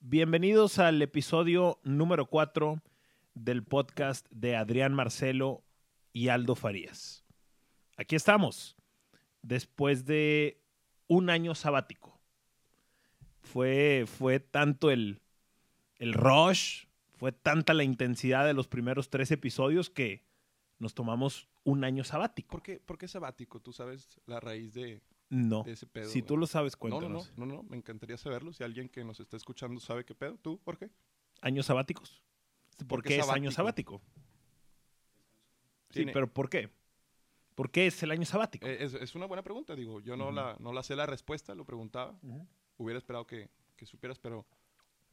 Bienvenidos al episodio número 4 del podcast de Adrián Marcelo y Aldo Farías. Aquí estamos, después de un año sabático. Fue, fue tanto el, el rush, fue tanta la intensidad de los primeros tres episodios que nos tomamos un año sabático. ¿Por qué, por qué sabático? ¿Tú sabes la raíz de, No, de ese pedo? si tú güey? lo sabes, No, cuéntanos. no, no, no, no, me encantaría saberlo. Si alguien que nos está escuchando sabe qué pedo, ¿tú por qué? ¿Años sabáticos? ¿Por, ¿Por qué qué, es año sabático? sabático? Sí, Tiene- pero ¿por qué? ¿Por qué es el año sabático? Eh, es, es una buena pregunta, digo. Yo no, Ujú. la, no la sé la respuesta, lo preguntaba. Ujú. Hubiera esperado que, que supieras, pero...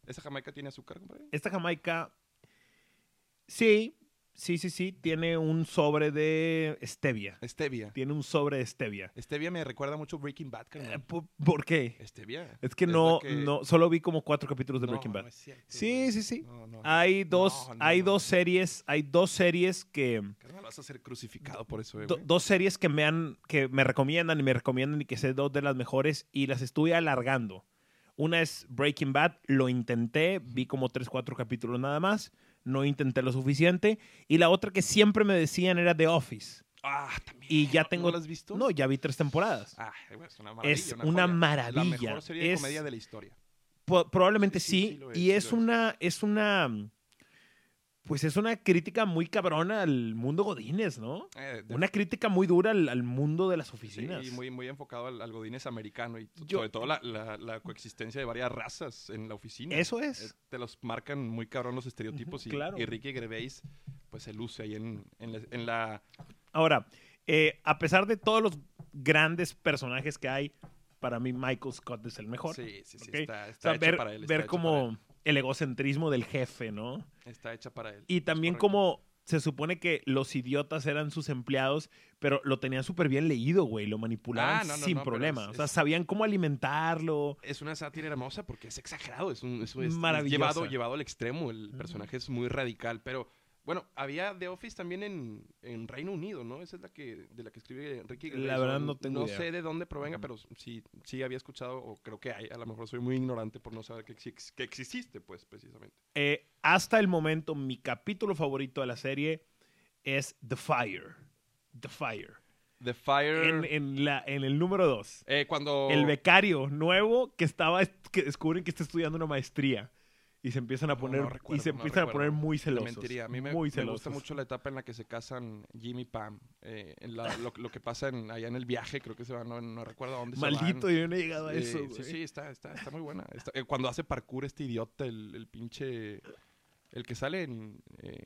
¿Esa Jamaica tiene azúcar, compadre? Esta Jamaica, sí, sí, sí, sí, tiene un sobre de stevia. Stevia. Tiene un sobre de stevia. Stevia me recuerda mucho Breaking Bad, Eh, carnal. ¿Por, por qué? Stevia. Eh. Es que la no, que- no, solo vi como cuatro capítulos de No, Breaking Bad. no es cierto, Sí, güey. sí, Ah. sí. No, no. Hay dos, No, no, hay no. dos series, hay dos series que, Carnal, vas a ser crucificado por eso, eh, do- güey. dos series que me han, que me recomiendan y me recomiendan y que sé dos de las mejores y las estuve alargando. Una es Breaking Bad, lo intenté, vi como tres, cuatro capítulos nada más, no intenté lo suficiente. Y la otra que siempre me decían era The Office. Ah, también. Y ya ¿No- tengo- ¿No la has visto? No, ya vi tres temporadas. Ah, güey, es una maravilla. Es una joya. maravilla. La mejor serie de Es- comedia de la historia. Po- probablemente Sí, sí, sí, sí lo es, sí y es lo es. una, es una, pues es una crítica muy cabrona al mundo Godínez, ¿no? Eh, de- Una crítica muy dura al, al mundo de las sí, oficinas. y muy, muy enfocado al, al godínez americano y t- Yo- sobre todo la, la- la coexistencia de varias razas en la oficina. Eso Eh, es. te los marcan muy cabrón los estereotipos y, claro. y Ricky Gervais pues se luce ahí en, en la, en la- Ahora, eh, a pesar de todos los grandes personajes que hay, para mí Michael Scott es el mejor. Sí, sí, sí, Ok. está, O sea, está hecha ver, para él. está ver hecha para él, como el egocentrismo del jefe, ¿no? está hecha para él. Y es también correcto. como se supone que los idiotas eran sus empleados, pero lo tenían súper bien leído, güey. Lo manipulaban Ah, no, no, sin no, pero problema. es- o sea, es- sabían cómo alimentarlo. Es una sátira hermosa porque es exagerado, es un es, un- es- es Maravillosa. llevado, llevado al extremo, el Ujú. personaje es muy radical, pero bueno, había The Office también en, en Reino Unido, ¿no? Esa es la que de la que escribe Ricky Gervais. La verdad o no tengo idea. sé de dónde provenga, Ujú. pero sí, sí había escuchado, o creo que hay, a lo mejor soy muy ignorante por no saber que, exi- que exististe, pues, precisamente. Eh, hasta el momento, mi capítulo favorito de la serie es The Fire. The Fire. The Fire... En, en la, en el número 2. eh, cuando... El becario nuevo que estaba que descubren que está estudiando una maestría y se empiezan a No, poner no recuerdo, y se no empiezan a recuerdo. poner muy Te celosos. mentiría. A mí me, muy me gusta celosos. mucho la etapa en la que se casan Jimmy y Pam. Eh, en la- lo, lo que pasa en- allá en el viaje, creo que se van, no, no recuerdo a dónde se van. Maldito, yo no he llegado a Eh, eso. sí, güey. sí, está, está, está muy buena. Está- eh, cuando hace parkour este idiota, el, el pinche... El que sale en eh,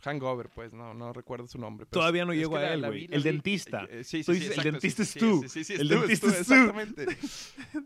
Hangover, pues, no, no recuerdo su nombre. pero Todavía no es llego que a la- él, la güey. vi- la El vi. dentista. Eh, sí, Tú sí, sí, dices, el exacto, dentista sí, es tú. Sí, sí, sí, El es tú, es dentista tú, es tú. Exactamente.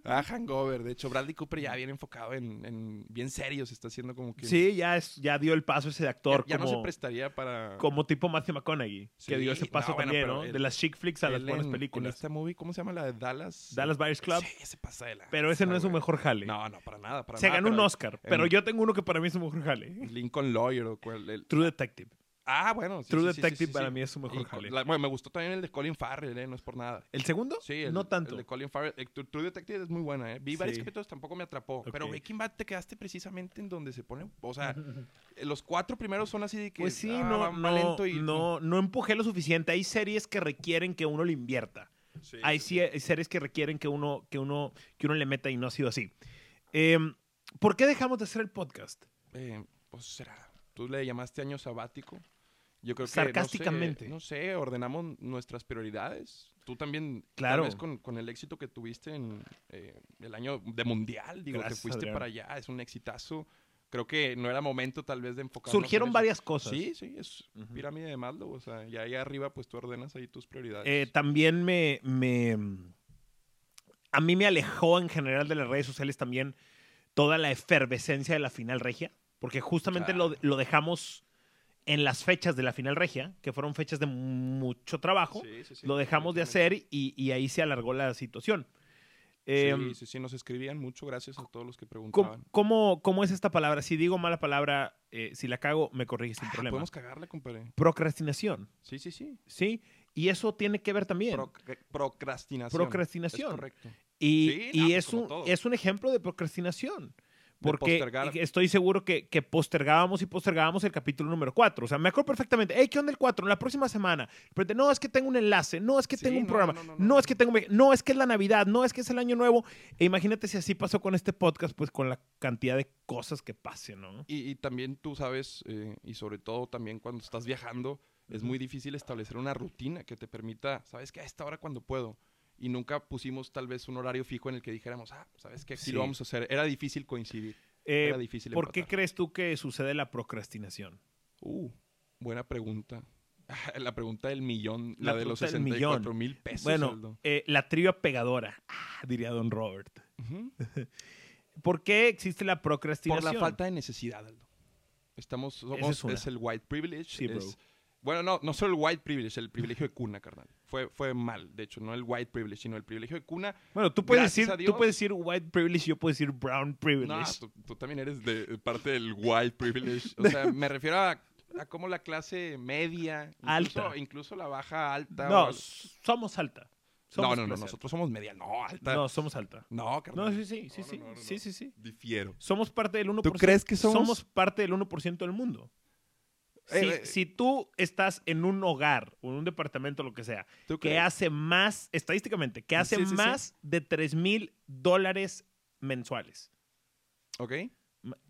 Ah, Hangover. De hecho, Bradley Cooper ya bien enfocado en, en- bien serio, se está haciendo como que... Sí, ya, es, ya dio el paso ese de Ya, actor ya no como, se prestaría para... como tipo Matthew McConaughey, Sí, que dio ese no, paso bueno, también, pero ¿no? él- de las chick flicks a las Él buenas en- En películas. esta movie, ¿cómo se llama la de Dallas? Dallas Buyers Club, Sí, se pasa de la... pero ese no es su mejor jale. No, no, para nada, para se nada. ganó un pero Oscar, pero en- yo tengo uno que para mí es su mejor jale. Lincoln Lawyer o cuál... el- True Detective. Ah, bueno. sí, True sí, sí, sí, Detective sí, para sí. mí es su Y mejor co- jale. la- bueno, me gustó también el de Colin Farrell, eh, no es por nada. ¿El segundo? Sí, el, no tanto. el de Colin Farrell. Eh, True, True Detective es muy buena, ¿eh? Vi varios Sí. capítulos, tampoco me atrapó. Pero Ok. Breaking Bad te quedaste precisamente en donde se pone... O sea, eh, los cuatro primeros son así de que... Pues sí, ah, no, va- va no, lento y- no, no empujé lo suficiente. Hay series que requieren que uno le invierta. Sí, hay sí, sí. sie- series que requieren que uno, que uno, que uno le meta y no ha sido así. Em, ¿Por qué dejamos de hacer el podcast? Eh, pues será. Tú le llamaste año sabático. Yo creo que. no sé, Sarcásticamente. No sé, ordenamos nuestras prioridades. Tú también. tal Claro. vez con, con el éxito que tuviste en eh, el año de mundial, digo, Gracias, que fuiste Adrián. para allá, es un exitazo. Creo que no era momento tal vez de enfocarnos. en Surgieron eso. varias cosas. Eh, Sí, sí, es Ujú. pirámide de Maslow. O sea, ya ahí arriba, pues tú ordenas ahí tus prioridades. Eh, también me, me- A mí me alejó en general de las redes sociales también toda la efervescencia de la final regia, porque justamente lo, Claro. lo dejamos en las fechas de la final regia, que fueron fechas de mucho trabajo. Sí, sí, sí, lo dejamos de hacer definitivamente. y, y ahí se alargó la situación. Em, Ah, sí, sí, sí, nos escribían mucho. Gracias a todos los que ¿Cómo, preguntaban. cómo, cómo es esta palabra? Si digo mala palabra, eh, si la cago, me corriges sin Ah, problema. Podemos cagarle, compadre. Procrastinación, Sí, sí, sí. ¿sí? Y eso tiene que ver también. Proc- procrastinación. Es Procrastinación. correcto. y Sí, no, y pues es, como un, todo. es un ejemplo de procrastinación. Porque postergar. estoy seguro que, que postergábamos y postergábamos el capítulo número 4. O sea, me acuerdo perfectamente. Hey, ¿qué onda el 4? La próxima semana. Pero te- no, es que tengo un enlace. No, es que Sí, tengo un no, programa. no, No, no, no, no. es que tengo... No, es que es la Navidad. No, es que es el Año Nuevo. E imagínate si así pasó con este podcast, pues con la cantidad de cosas que pasen, ¿no? Y, y también tú sabes, eh, y sobre todo también cuando estás viajando, es muy difícil establecer una rutina que te permita, ¿sabes qué? A esta hora cuando puedo. Y nunca pusimos tal vez un horario fijo en el que dijéramos, ah, ¿sabes qué? Aquí Sí. lo vamos a hacer. Era difícil coincidir. Eh, era difícil ¿Por qué empatar. crees tú que sucede la procrastinación? Uh, buena pregunta. La pregunta del millón, la, La de los pregunta del millón. 64 mil pesos. bueno, Aldo. eh, la trivia pegadora, Ah, diría don Robert. Ujú. ¿Por qué existe la Por procrastinación? la falta de necesidad, Aldo. Estamos, somos- es es, una. el white privilege. Sí, bro. es- bueno, no, no solo el white privilege, el privilegio de cuna, carnal. Fue, fue mal, de hecho, no el white privilege, sino el privilegio de cuna. Bueno, tú puedes, Gracias decir, a tú Dios. puedes decir white privilege, yo puedo decir brown No, privilege. tú, tú también eres de, de parte del white privilege. O sea, me refiero a, a cómo la clase media, incluso, Alta. incluso la baja alta. No, o- s- somos alta. Somos no, no, no, clase nosotros somos media, no, alta. alta. No, somos alta. No, carnal. No, sí, sí, sí, No, no, sí, no, no, sí, no. sí, sí. Difiero. Somos parte del 1%. crees que somos? Somos parte del 1% del mundo. Eh, Si, eh. si tú estás en un hogar o en un departamento, lo que sea, ¿Tú que crees? hace más, estadísticamente, que hace Sí, sí, sí. más de 3 mil dólares mensuales. ¿Ok?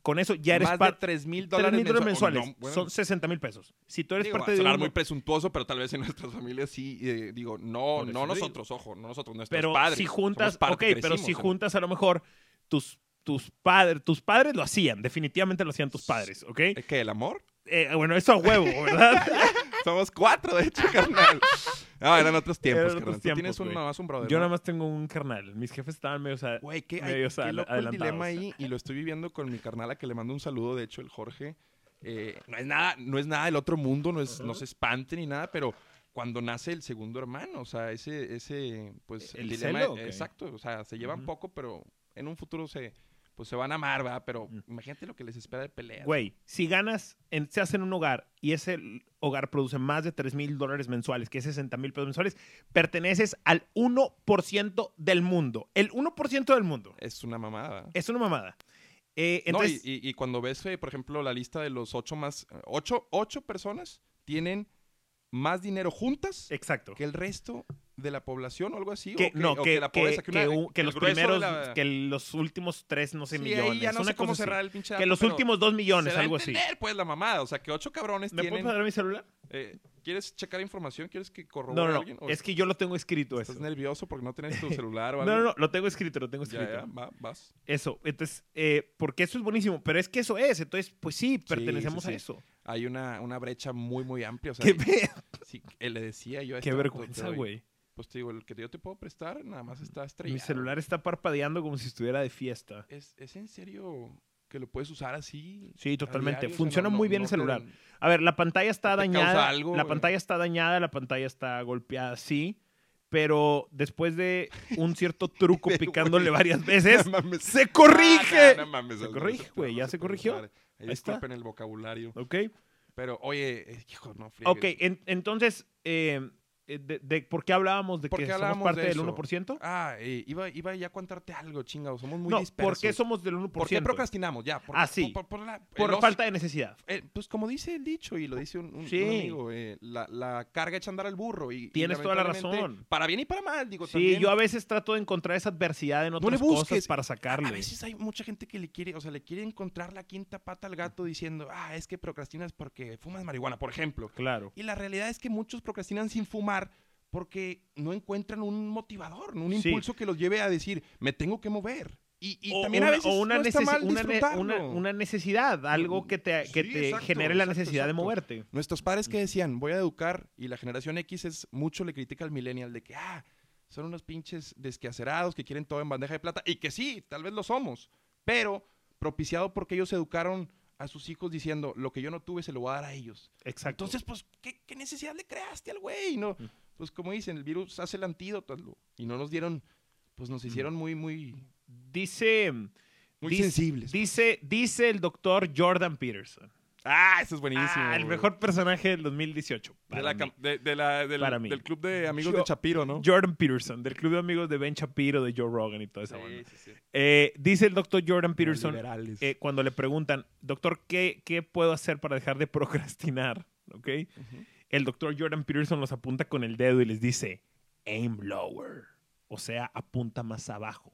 Con eso ya eres Más de parte. 3 mil 3 dólares mil dólares mensua- o no, mensuales. bueno, Son 60 mil pesos. Si tú eres Digo, parte va de. a sonar un- muy presuntuoso, pero tal vez en nuestras familias sí, eh, digo, no, Por no eso nosotros, ojo, no nosotros, nuestros pero padres. si somos juntas, parte, ok, pero crecimos si en- juntas a lo mejor tus, tus padres, tus padres lo hacían, definitivamente lo hacían tus padres, ¿ok? ¿Eh, ¿Qué, el amor? Eh, bueno, eso a huevo, ¿verdad? Somos cuatro, de hecho, carnal. No, eran otros tiempos, Eran otros carnal. Tú tiempos, tienes un, güey. nada más un brother, Yo ¿no? nada más tengo un carnal, mis jefes estaban medio, o sea, Güey, qué, ay, medios qué al- loco el dilema adelantados. ahí. Y lo estoy viviendo con mi carnal a que le mando un saludo, de hecho, el Jorge. Eh, no es nada, no es nada del otro mundo, no, es, no se espante ni nada, pero cuando nace el segundo hermano, o sea, ese, ese, pues, ¿El celo o qué? exacto, o sea, se llevan Ujú. poco, pero en un futuro se, pues, se van a amar, ¿verdad? Pero Mm. imagínate lo que les espera de peleas. güey, si ganas, en, se hace en un hogar y ese hogar produce más de 3 mil dólares mensuales, que es 60 mil pesos mensuales, perteneces al 1% del mundo. El 1% del mundo. Es una mamada. Es una mamada. Eh, No, y- entonces, y, y cuando ves, eh, por ejemplo, la lista de los ocho más, ocho, ocho personas tienen más dinero juntas exacto. que el resto de la población o algo así. que, o que, no, o que, la que- pobreza, que, una- que un- que el los grueso de primeros, la- que los últimos tres, no sé, Sí, ahí millones. ya no una sé cómo cosa así. cerrar el pinche Que dato, los pero últimos dos millones, se da a algo así. entender, pues, la mamada. O sea, que ocho cabrones ¿Me puedes tienen... pasar mi celular? eh, ¿Quieres checar información? ¿Quieres que corrobore No, a no, alguien? no. ¿O Es que yo lo tengo escrito ¿Estás eso. No, nervioso porque no tienes tu celular o algo? no, no. Lo tengo escrito, lo tengo escrito. Ya, ya, va, vas. Eso. Entonces, eh, porque eso es buenísimo. Pero es que eso es. Entonces, pues sí, pertenecemos sí, sí. a eso. Hay una, una brecha muy, muy amplia. O sea, Qué, y- ver- sí, eh, le decía yo a qué este vato, vergüenza, te doy- güey. Pues te digo, el que yo te puedo prestar nada más está estrellado. Mi celular está parpadeando como si estuviera de fiesta. ¿Es, es en serio que lo puedes usar así? Sí, a totalmente. diario? O sea, Funciona muy bien el te- celular. A ver, la pantalla está ¿No te causa dañada. algo, la güey? pantalla está dañada, la pantalla está golpeada, sí. Pero después de un cierto truco Pero, picándole güey. varias veces, No mames. se corrige. Ah, no, no mames, Se Aldo, corrige, no se güey, puede, ya no se puede corrigió. usar. Ahí Ahí está. disculpen el vocabulario. ok. Pero, oye, eh, hijo, no Ok, friegues. en- entonces, eh, eh, de, de- ¿por qué hablábamos de ¿Por que qué somos hablábamos parte de del eso? 1%? Ah, eh, iba, iba ya a contarte algo, chingado. Somos muy no, dispersos. ¿por qué somos del 1%? ¿Por qué procrastinamos? Ya, por, Ah, sí. Por, por la- Por el ocio. falta de necesidad. Eh, pues como dice el dicho y lo dice un, un- Sí. un amigo, eh, la, la carga echa a andar al burro. Y, y Tienes toda la lamentablemente, razón. Para bien y para mal, digo sí, también. yo a veces trato de encontrar esa adversidad en le otras cosas busques. para A sacarle. veces hay mucha gente que le quiere, o sea, le quiere encontrar la quinta pata al gato diciendo, ah, es que procrastinas porque fumas marihuana, por ejemplo. Claro. Y la realidad es que muchos procrastinan sin fumar porque no encuentran un motivador, un Sí. impulso que los lleve a decir, me tengo que mover. Y, y o también a una- veces o una, no está necesi- mal una ne- disfrutarlo. una- una necesidad, algo que te, que Mm, Sí, te exacto, genere la exacto, necesidad exacto. de moverte. Nuestros padres que decían, voy a educar, y la generación X es mucho le critica al millennial de que, ah, son unos pinches desquacerados que quieren todo en bandeja de plata, y que sí, tal vez lo somos, pero propiciado porque ellos educaron a sus hijos diciendo, lo que yo no tuve se lo voy a dar a ellos. Exacto. Entonces, pues, ¿qué, qué necesidad le creaste al güey? No, Mm. pues como dicen, el virus hace el antídoto, Aldo, y no nos dieron, pues nos hicieron muy, muy, dice, muy dice- sensibles. pues. dice, dice el doctor Jordan Peterson. Ah, eso es buenísimo. Ah, el güey. mejor personaje del 2018. De para la mí. cam- de- de la- del, Para mí. del club de amigos Yo- de Chapiro, ¿no? Jordan Peterson, del club de amigos de Ben Shapiro, de Joe Rogan y toda esa banda. Sí, sí, sí. Eh, dice el doctor Jordan Peterson, Liberales. eh, cuando le preguntan, doctor, ¿qué, ¿qué puedo hacer para dejar de procrastinar? ¿Ok? Ujú. El doctor Jordan Peterson los apunta con el dedo y les dice, aim lower. O sea, apunta más abajo.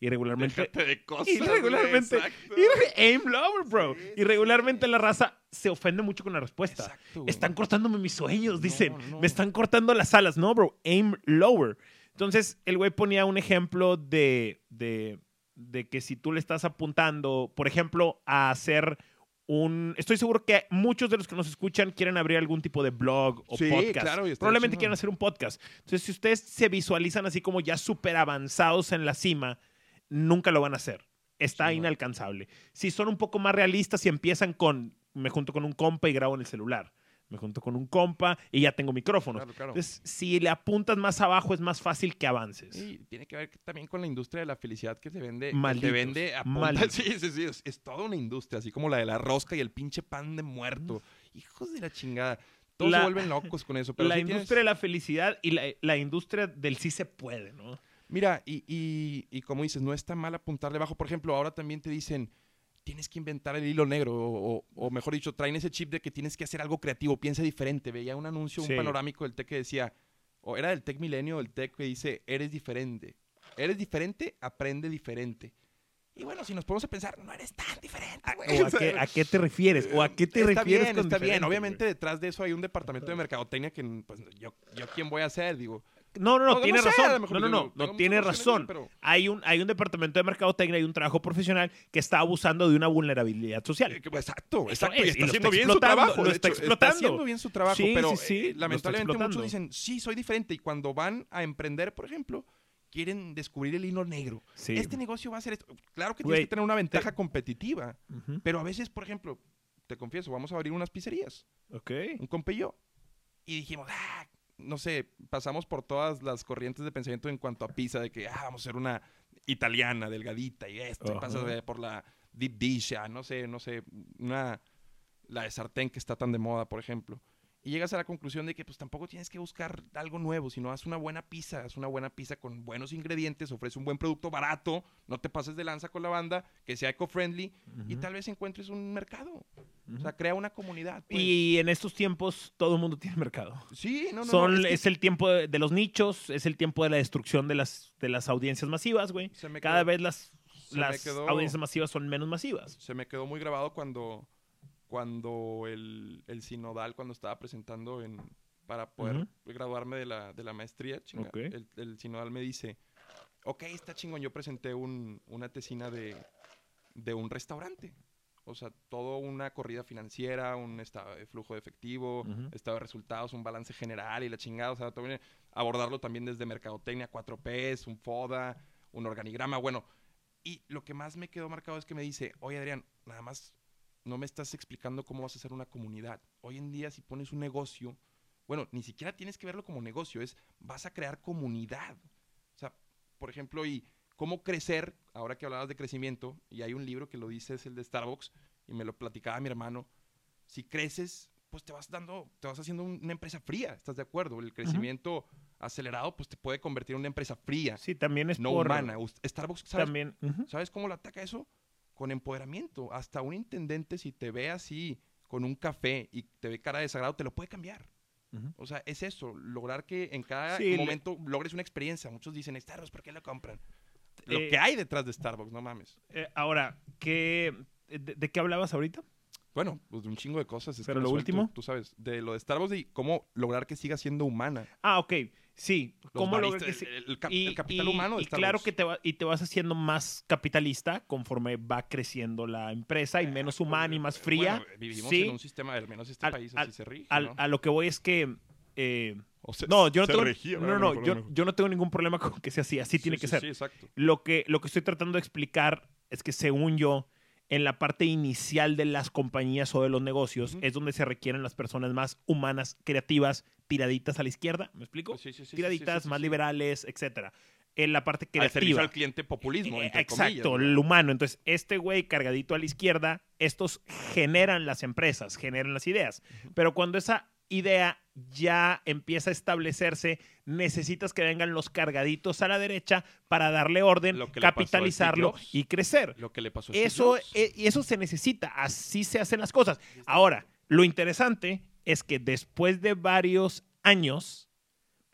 Y regularmente... Déjate de cosas. Y regularmente- güey, exacto. Y re- aim lower, bro. Sí, y sí, regularmente la raza se ofende mucho con la respuesta. Exacto, güey. Están cortándome mis sueños, No, dicen. no. Me están cortando las alas. No, bro. Aim lower. Entonces, el güey ponía un ejemplo de, de, de que si tú le estás apuntando, por ejemplo, a hacer un... Estoy seguro que muchos de los que nos escuchan quieren abrir algún tipo de blog o Sí, podcast. claro, y está Probablemente chingón. quieran hacer un podcast. Entonces, si ustedes se visualizan así como ya súper avanzados en la cima, nunca lo van a hacer. Está Sí, no. inalcanzable. Si son un poco más realistas y empiezan con, me junto con un compa y grabo en el celular. Me junto con un compa y ya tengo micrófono. Claro, claro. Entonces, si le apuntas más abajo, es más fácil que avances. Y tiene que ver que también con la industria de la felicidad que te vende. Que Malditos, te vende a punta- malditos. Sí, sí, sí. Es, es toda una industria, así como la de la rosca y el pinche pan de muerto. Hijos de la chingada. Todos La- se vuelven locos con eso. Pero la sí industria tienes- de la felicidad y la, la industria del sí se puede, ¿no? Mira, y, y- y como dices, no está mal apuntar debajo. Por ejemplo, ahora también te dicen, tienes que inventar el hilo negro, o, o- o mejor dicho, traen ese chip de que tienes que hacer algo creativo, piensa diferente. Veía un anuncio, Sí. un panorámico del TEC que decía, o era del TEC Milenio, del TEC que dice, eres diferente. Eres diferente, aprende diferente. Y bueno, si nos ponemos a pensar, no eres tan diferente, güey. ¿O O a, sea, qué, a qué te refieres? ¿O a qué te está refieres bien, con está bien. diferente, Obviamente güey? detrás de eso hay un departamento de mercadotecnia que, pues, yo, yo quién voy a ser, digo. No, no, no, O- tiene sé, a lo razón. mejor No, no, yo no, tengo no muchas tiene opciones, güey, razón. Eh, pero- eh, Hay un, hay un departamento de mercadotecnia y un trabajo profesional que está abusando de una vulnerabilidad social. Eh, que- Exacto, exacto. es, y y lo está está haciendo bien su explotando, trabajo. lo de está hecho, explotando. haciendo bien su trabajo, Sí, pero sí, sí, eh, lo está lamentablemente muchos explotando. dicen, sí, soy diferente. Y cuando van a emprender, por ejemplo, quieren descubrir el hilo negro. Sí. Este negocio va a ser esto. Claro que Güey, tienes que tener una ventaja competitiva, Ujú. pero a veces, por ejemplo, te confieso, vamos a abrir unas pizzerías, Ok. un compa y yo. Y dijimos, ah, no sé, pasamos por todas las corrientes de pensamiento en cuanto a pizza, de que ah, vamos a ser una italiana, delgadita y esto, y Ajá. pasas de- por la deep dish, ah, no sé, no sé, una, la de sartén que está tan de moda, por ejemplo. Y llegas a la conclusión de que pues tampoco tienes que buscar algo nuevo, sino haz una buena pizza, haz una buena pizza con buenos ingredientes, ofrece un buen producto barato, no te pases de lanza con la banda, que sea eco-friendly y Ujú, tal vez encuentres un mercado. O ujú. sea, crea una comunidad. pues. Y en estos tiempos todo el mundo tiene mercado. Sí, no, no, no, Son, es que- es, el tiempo de, de los nichos, es el tiempo de la destrucción de las, de las audiencias masivas, güey. Se me Cada quedó- vez las, se me las quedó- audiencias masivas son menos masivas. Se me quedó muy grabado cuando, cuando el, el sinodal, cuando estaba presentando en, para poder Ujú. graduarme de la, de la maestría, chinga, Ok. el, el sinodal me dice, ok, está chingón, yo presenté un- una tesina de, de un restaurante. O sea, todo una corrida financiera, un estado de flujo de efectivo, Ujú. estado de resultados, un balance general y la chingada. O sea, también abordarlo también desde mercadotecnia, 4Ps, un FODA, un organigrama. Bueno, y lo que más me quedó marcado es que me dice, oye Adrián, nada más no me estás explicando cómo vas a hacer una comunidad. Hoy en día si pones un negocio, bueno, ni siquiera tienes que verlo como negocio, es vas a crear comunidad. O sea, por ejemplo, y cómo crecer, ahora que hablabas de crecimiento, y hay un libro que lo dice, es el de Starbucks, y me lo platicaba mi hermano, si creces, pues te vas dando, te vas haciendo un- una empresa fría, ¿estás de acuerdo? El crecimiento acelerado, pues te puede convertir en una empresa fría, Sí, también es no por... humana. Us- Starbucks, ¿sabes También... ujú. ¿Sabes cómo lo ataca eso? Con empoderamiento. Hasta un intendente, si te ve así, con un café y te ve cara de desagrado, te lo puede cambiar. Ujú. O sea, es eso, lograr que en cada Sí, le- momento logres una experiencia. Muchos dicen, Starbucks, ¿por qué lo compran? Lo Eh, que hay detrás de Starbucks, no mames. Eh, ahora, ¿qué, de, de qué hablabas ahorita? Bueno, pues de un chingo de cosas. es que pero me lo suelto, último. Tú sabes, de lo de Starbucks y cómo lograr que siga siendo humana. Ah, ok. Sí. Los ¿Cómo lograr baristas, que se- el, el cap- y- el capital y- humano de y claro Starbucks. que te va- y te vas haciendo más capitalista conforme va creciendo la empresa y menos humana y más fría. Ah, Eh, Bueno, vivimos sí. en un sistema, al menos este Al- país al- así se rige. Al- ¿no? A lo que voy es que eh, O se- no, yo no se tengo, regía, no, ¿verdad? no, Por lo yo, menos. yo no tengo ningún problema con que sea así, así tiene Sí, que sí, ser. Sí, exacto. Lo que lo que estoy tratando de explicar es que según yo en la parte inicial de las compañías o de los negocios Ujú. es donde se requieren las personas más humanas, creativas, tiraditas a la izquierda, ¿me explico? Sí, sí, sí, sí, sí, tiraditas, sí, sí, más sí. liberales, etcétera. en la parte al servicio creativa. al cliente populismo, Eh, entre Exacto, comillas, el humano. Entonces, este güey cargadito a la izquierda, estos generan las empresas, generan las ideas. Pero cuando esa idea ya empieza a establecerse, necesitas que vengan los cargaditos a la derecha para darle orden, Lo que le pasó a este capitalizarlo Steve Jobs. y crecer. lo que le pasó a este Steve Eso, Jobs. eh, y eso se necesita, así se hacen las cosas. Ahora, lo interesante es que después de varios años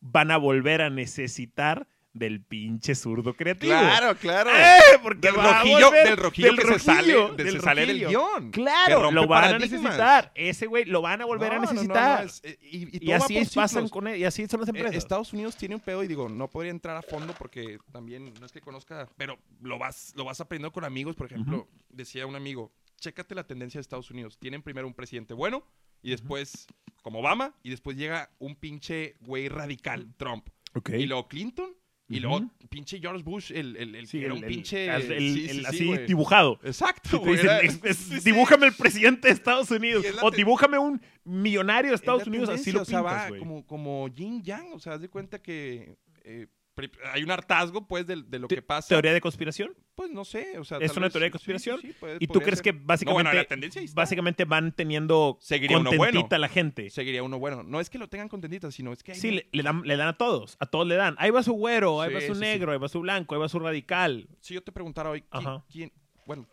van a volver a necesitar del pinche zurdo creativo. Claro, claro. ¡Eh! Porque del, va a rojillo, volver del rojillo del que se rojillo, sale, de- del se sale del rojillo. guión. que Claro, rompe lo van a paradigmas. necesitar. Ese güey lo van a volver a No, no, no, no, necesitar. es- eh, y, y y todo va así por es- pasan ciclos. con él, y así son las Eh, empresas. Estados Unidos tiene un pedo y digo, no podría entrar a fondo porque también no es que conozca, pero lo vas, lo vas aprendiendo con amigos, por ejemplo, decía un amigo, chécate la tendencia de Estados Unidos. Tienen primero un presidente bueno y después como Obama y después llega un pinche güey radical, Trump. Y luego Clinton y luego pinche George Bush, el, el, el Sí, que era el- un el- pinche... el- el- sí, sí, el sí, así güey. dibujado. Exacto, Y te güey, dicen, era- "Es- es- sí, sí. dibújame el presidente de Estados Unidos. Y es la O ten- dibújame un millonario de es la Estados Unidos. Así tendencia, lo o sea, pintas, va güey. como, como yin yang, o sea, haz de cuenta que eh, pri- hay un hartazgo, pues, de, de lo Te- que pasa. ¿Teoría de conspiración? Pues no sé, o sea. ¿Es tal una vez- teoría de sí, conspiración? sí, sí, puede- ¿Y tú podría crees ser. que No, bueno, básicamente, la tendencia ahí está. básicamente van teniendo Seguiría uno contentita bueno. la gente? Seguiría uno bueno. No es que lo tengan contentita, sino es que. hay- Sí, le, le dan, le dan a todos. A todos le dan. Ahí va su güero, ahí va Sí, su sí, sí. negro, ahí va su blanco, ahí va su radical. Si yo te preguntara hoy, ¿qui- Ajá. ¿quién, Bueno,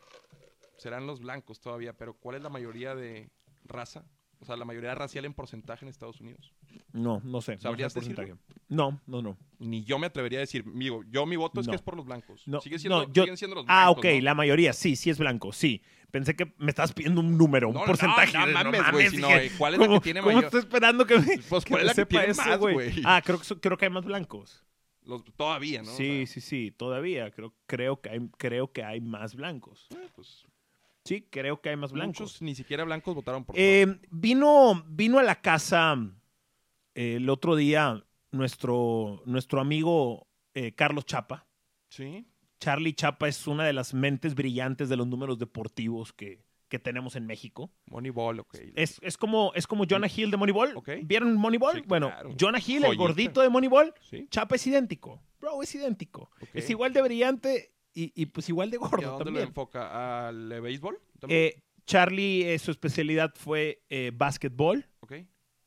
serán los blancos todavía, pero ¿cuál es la mayoría de raza? O sea, la mayoría racial en porcentaje en Estados Unidos. No, no sé. no sé ¿Sabrías el porcentaje. decirlo? No, no, no. Ni yo me atrevería a decir, migo, yo mi voto es No. que es por los blancos. No, Sigue siendo, no, yo- siguen siendo los blancos. Ah, ok, ¿no? la mayoría, sí, sí es blanco, sí. Pensé que me estabas pidiendo un número, un No, no, porcentaje. no Yo, mames, güey, si no, dije, eh, ¿cuál es la que ¿cómo- tiene cómo mayor- estoy esperando que me, Pues, que ¿cuál me es la que sepa tiene eso, más, güey? güey? Ah, creo que, so- creo que hay más blancos. Los- todavía, ¿no? O sí, sea, sí, sí, todavía. Creo, creo, que hay, creo que hay más blancos. pues, Sí, creo que hay más blancos. Muchos ni siquiera blancos votaron por Eh, vino, vino a la casa eh, el otro día nuestro, nuestro amigo eh, Carlos Chapa. Trump. Sí. Charlie Chapa es una de las mentes brillantes de los números deportivos que, que tenemos en México. Moneyball, ok. Es, es como, es como Jonah Hill de Moneyball. Ok. ¿Vieron Moneyball? Sí, bueno, claro. Jonah Hill, el Joyita. gordito de Moneyball, Sí. Chapa es idéntico. Bro, es idéntico. ok. Es igual de brillante y, y, pues igual de ¿Y a gordo dónde lo también. enfoca? ¿Al eh, béisbol? ¿También? Eh, Charlie, eh, su especialidad fue eh, básquetbol. ok.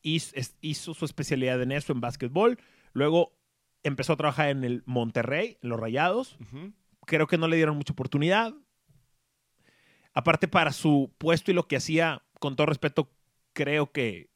hizo, es- hizo su especialidad en eso, en básquetbol. Luego empezó a trabajar en el Monterrey, en los Rayados. Ujú. Creo que no le dieron mucha oportunidad. Aparte, para su puesto y lo que hacía, con todo respeto, creo que,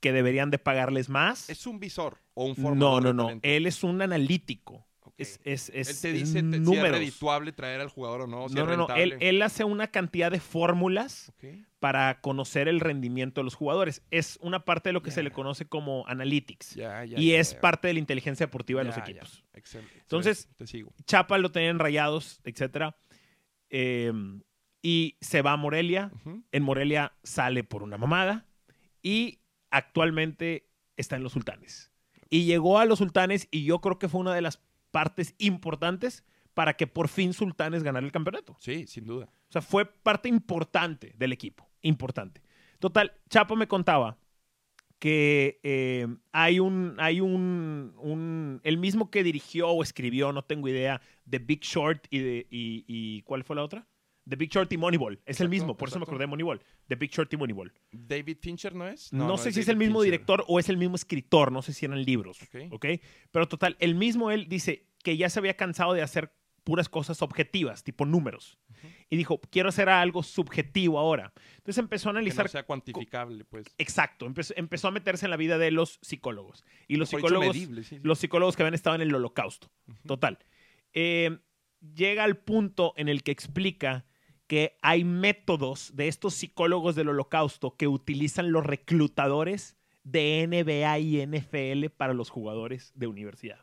que deberían de pagarles más. ¿Es un visor o un no, formador no, de no. talento? Él es un analítico. Ok. Es, es, es, Él te dice te- si es números. redituable traer al jugador o no. Si no, es no, no. rentable. Él, él hace una cantidad de fórmulas Ok. para conocer el rendimiento de los jugadores. Es una parte de lo que se le Ya. conoce como analytics Ya, ya, y ya, es ya. parte de la inteligencia deportiva de Ya, los ya. equipos. Excelente. Entonces- Te sigo. Chapa lo tenían rayados, etcétera. Eh, y se va a Morelia. Ujú. En Morelia sale por una mamada. Y actualmente está en los sultanes. Y llegó a los sultanes y yo creo que fue una de las partes importantes para que por fin Sultanes ganara el campeonato. Sí, sin duda. O sea, fue parte importante del equipo. Importante. Total, Chapo me contaba que eh, hay un. hay un, un- El mismo que dirigió o escribió, no tengo idea, de Big Short y de. Y, y- ¿Cuál fue la otra? The Big Short y Moneyball. Es el Exacto, mismo, por eso me exacto. acordé de Moneyball. The Big Short y Moneyball. ¿David Fincher no es? No, sé si es David el mismo Fincher. director o es el mismo escritor, no sé si eran libros. Ok. ¿ok? Pero total, el mismo él dice que ya se había cansado de hacer puras cosas objetivas, tipo números. Ujú. Y dijo, quiero hacer algo subjetivo ahora. Entonces empezó a Que analizar. no sea cuantificable, pues. Exacto, empezó, empezó a meterse en la vida de los psicólogos. Y los Mejor dicho, psicólogos, medible, sí, sí. los psicólogos que habían estado en el holocausto. Ujú. Total. Eh, llega al punto en el que explica que hay métodos de estos psicólogos del holocausto que utilizan los reclutadores de NBA y NFL para los jugadores de universidad.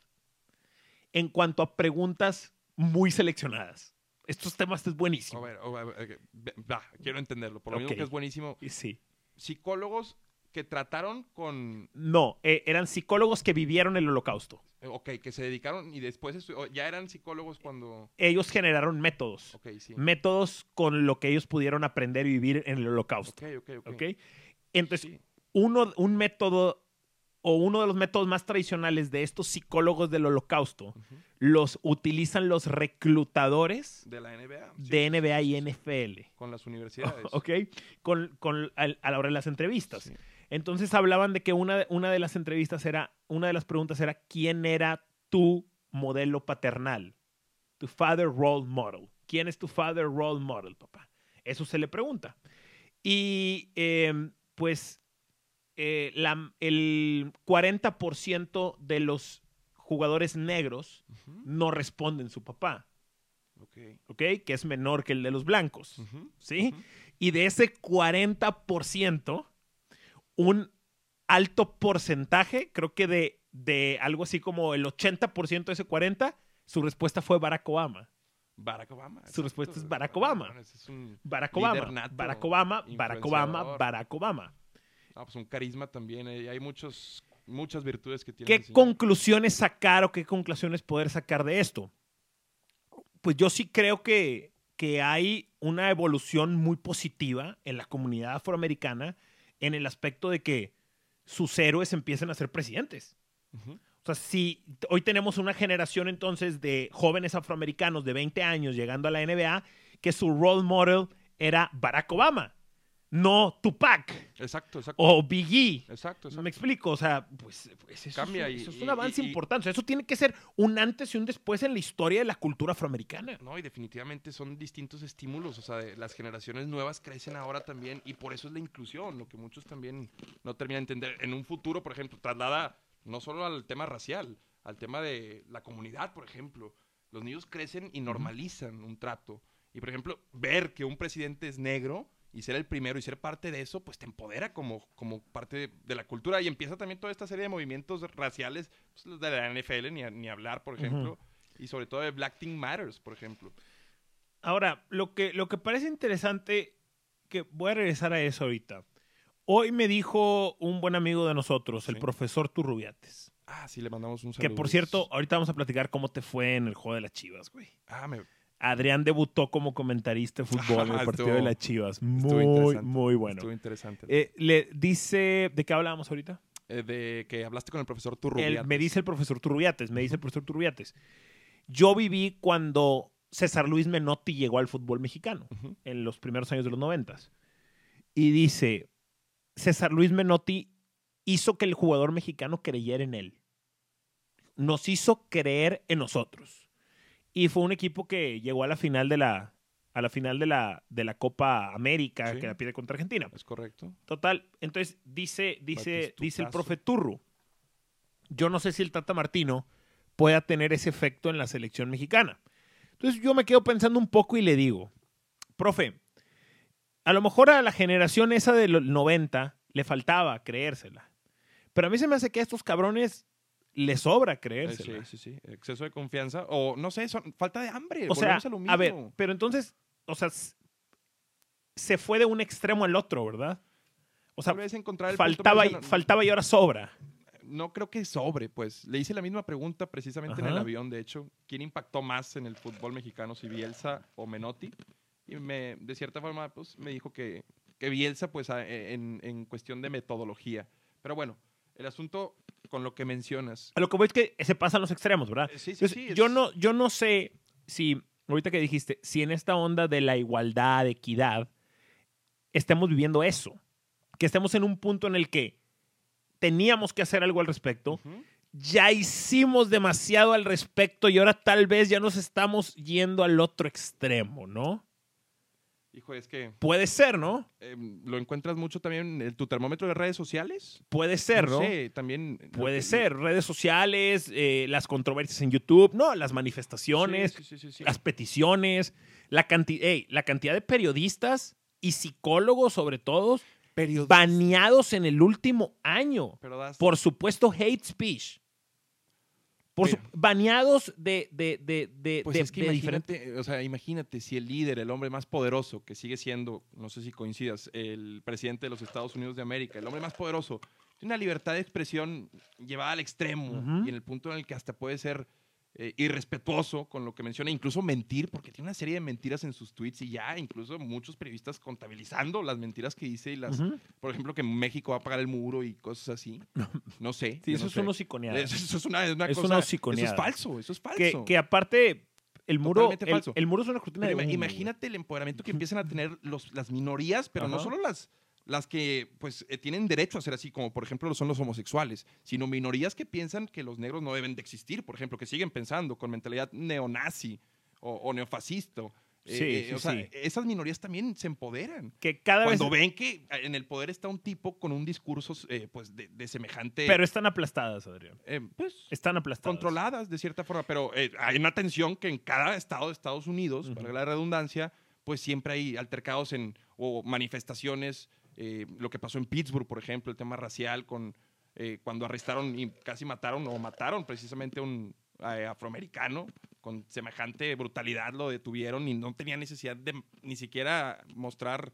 En cuanto a preguntas muy seleccionadas. Estos temas es A buenísimo. ver, a ver, ok, ve- va, quiero entenderlo. Por lo mismo Ok. que es buenísimo. Sí. Psicólogos que trataron con. No, eh, eran psicólogos que vivieron el holocausto. eh, Ok, que se dedicaron y después estu- o ya eran psicólogos cuando. Ellos generaron métodos. Ok, sí. Métodos con lo que ellos pudieron aprender y vivir en el holocausto. Ok, ok, ok. ¿Ok? Entonces, Sí, uno, un método o uno de los métodos más tradicionales de estos psicólogos del holocausto, los utilizan los reclutadores De la NBA. sí, de NBA y NFL. Con las universidades. Oh, ¿Ok? Con, con- al- a la hora de las entrevistas. Sí. Entonces hablaban de que una, de- una de las entrevistas era, una de las preguntas era, ¿quién era tu modelo paternal? Tu father role model. ¿Quién es tu father role model, papá? Eso se le pregunta. Y eh, pues eh, la- el 40% de los jugadores negros Ujú, no responden su papá, Ok. ¿ok? Que es menor que el de los blancos. Ujú, ¿sí? ujú. Y de ese 40%, un alto porcentaje, creo que de, de algo así como el 80% de ese 40%, su respuesta fue Barack Obama. Barack Obama. Su respuesta es exacto. Ah, Barack Obama. Bueno, ese es un, Barack Líder Obama, nato, Barack Obama, Barack Obama, influenciador. Barack Obama. ah, pues un carisma también. eh, Hay muchos, muchas virtudes que tiene. ¿Qué ese señor. conclusiones sacar o qué conclusiones poder sacar de esto? Pues yo sí creo que, que hay una evolución muy positiva en la comunidad afroamericana en el aspecto de que sus héroes empiezan a ser presidentes. Ujú, O sea, si t- hoy tenemos una generación entonces de jóvenes afroamericanos de 20 años llegando a la NBA que su role model era Barack Obama, no Tupac Exacto, exacto. o Biggie. Exacto, Me exacto. explico, o sea, pues, pues eso, Cambia es, un- y- eso es y- un avance y- y- importante. O sea, eso tiene que ser un antes y un después en la historia de la cultura afroamericana. No, y definitivamente son distintos estímulos, o sea, de- las generaciones nuevas crecen ahora también y por eso es la inclusión, lo que muchos también no terminan de entender. En un futuro, por ejemplo, traslada no solo al tema racial, al tema de la comunidad, por ejemplo. Los niños crecen y normalizan un trato. Y, por ejemplo, ver que un presidente es negro y ser el primero y ser parte de eso, pues te empodera como, como parte de, de la cultura. Y empieza también toda esta serie de movimientos raciales, pues, los de la NFL, ni, a- ni hablar, por Ujú. ejemplo. Y sobre todo de Black Thing Matters, por ejemplo. Ahora, lo que, lo que parece interesante, que voy a regresar a eso ahorita. Hoy me dijo un buen amigo de nosotros, el Sí. profesor Turrubiates, Ah, sí, le mandamos un que saludo. por cierto, ahorita vamos a platicar cómo te fue en el juego de las Chivas, güey. Ah, me- Adrián debutó como comentarista de fútbol en el Ah, partido estuvo- de las Chivas. estuvo Muy, interesante, muy bueno. estuvo interesante. Eh, le dice, ¿de qué hablábamos ahorita? Eh, de que hablaste con el profesor el- Turrubiates. me dice el profesor Turrubiates, me dice el profesor Turrubiates. Yo viví cuando César Luis Menotti llegó al fútbol mexicano Ujú. en los primeros años de los noventas. Y dice, César Luis Menotti hizo que el jugador mexicano creyera en él. Nos hizo creer en nosotros. Y fue un equipo que llegó a la final de la, a la, final de la, de la Copa América, Sí. que la pierde contra Argentina. ¿Es correcto? Total, entonces dice, dice, Batistutazo. dice el profe Turru. Yo no sé si el Tata Martino pueda tener ese efecto en la selección mexicana. Entonces yo me quedo pensando un poco y le digo, profe, a lo mejor a la generación esa de los 90 le faltaba creérsela. Pero a mí se me hace que a estos cabrones les sobra Eh, creérsela. sí, sí, sí. Exceso de confianza. O, no sé, son- falta de hambre. O sea, Volvemos a lo mismo. a ver, pero entonces, o sea, s- se fue de un extremo al otro, ¿verdad? O sea, Tal vez encontrar el punto faltaba, y- medio. No- faltaba y ahora sobra. No creo que sobre, pues. Le hice la misma pregunta precisamente en el Ajá. avión, de hecho. ¿Quién impactó más en el fútbol mexicano, si Bielsa o Menotti? Y me, de cierta forma, pues, me dijo que, que Bielsa, pues, a- en, en cuestión de metodología. Pero bueno, el asunto con lo que mencionas. A lo que voy es que se pasan los extremos, ¿verdad? Eh, Sí, sí, Entonces, sí, Ah, pues, yo, es- no, yo no sé si, ahorita que dijiste, si en esta onda de la igualdad, de equidad, estemos viviendo eso. Que estemos en un punto en el que teníamos que hacer algo al respecto, Ujú. ya hicimos demasiado al respecto y ahora tal vez ya nos estamos yendo al otro extremo, ¿no? Hijo, es que Puede ser, ¿no? eh, lo encuentras mucho también en tu termómetro de redes sociales. Puede ser, No ¿no? sé, también. lo Puede que- ser, redes sociales, eh, las controversias en YouTube, ¿no? Las manifestaciones, Sí, sí, sí, sí, sí. las peticiones, la, canti- ey, la cantidad de periodistas y psicólogos, sobre todo, baneados en el último año. Pero das- Por supuesto, hate speech. Por su- Mira. baneados de, de, de, de, Pues Eh, de- es que de imagínate, eh, diferentes- o sea, imagínate si el líder, el hombre más poderoso, que sigue siendo, no sé si coincidas, el presidente de los Estados Unidos de América, el hombre más poderoso, tiene una libertad de expresión llevada al extremo Ujú. y en el punto en el que hasta puede ser eh, irrespetuoso con lo que menciona, incluso mentir, porque tiene una serie de mentiras en sus tweets y ya incluso muchos periodistas contabilizando las mentiras que dice y las, Ujú. por ejemplo, que México va a pagar el muro y cosas así. No sé. Sí, yo eso no es sé. unos iconeados. Eso, eso es una, una Es cosa- una eso es hociconeada. falso, eso es falso. Que, que aparte, el muro, Totalmente el, falso. el muro es una cortina Pero de ima- humo, imagínate el empoderamiento que empiezan a tener los, las minorías, pero no Ajá. solo las, las que pues eh, tienen derecho a ser así, como por ejemplo lo son los homosexuales, sino minorías que piensan que los negros no deben de existir, por ejemplo, que siguen pensando con mentalidad neonazi o, o neofascista. Eh, Sí, eh, sí, o sea, sí. esas minorías también se empoderan. güey. Que cada vez... Cuando ven que en el poder está un tipo con un discurso eh, pues de, de semejante... Pero están aplastadas, Adrián. eh, pues, Están aplastadas. controladas de cierta forma, pero eh, hay una tensión que en cada estado de Estados Unidos, Ujú. para la redundancia, pues siempre hay altercados en, o manifestaciones, eh, lo que pasó en Pittsburgh, por ejemplo, el tema racial, con eh, cuando arrestaron y casi mataron o mataron precisamente a un eh, afroamericano, con semejante brutalidad lo detuvieron y no tenía necesidad de ni siquiera mostrar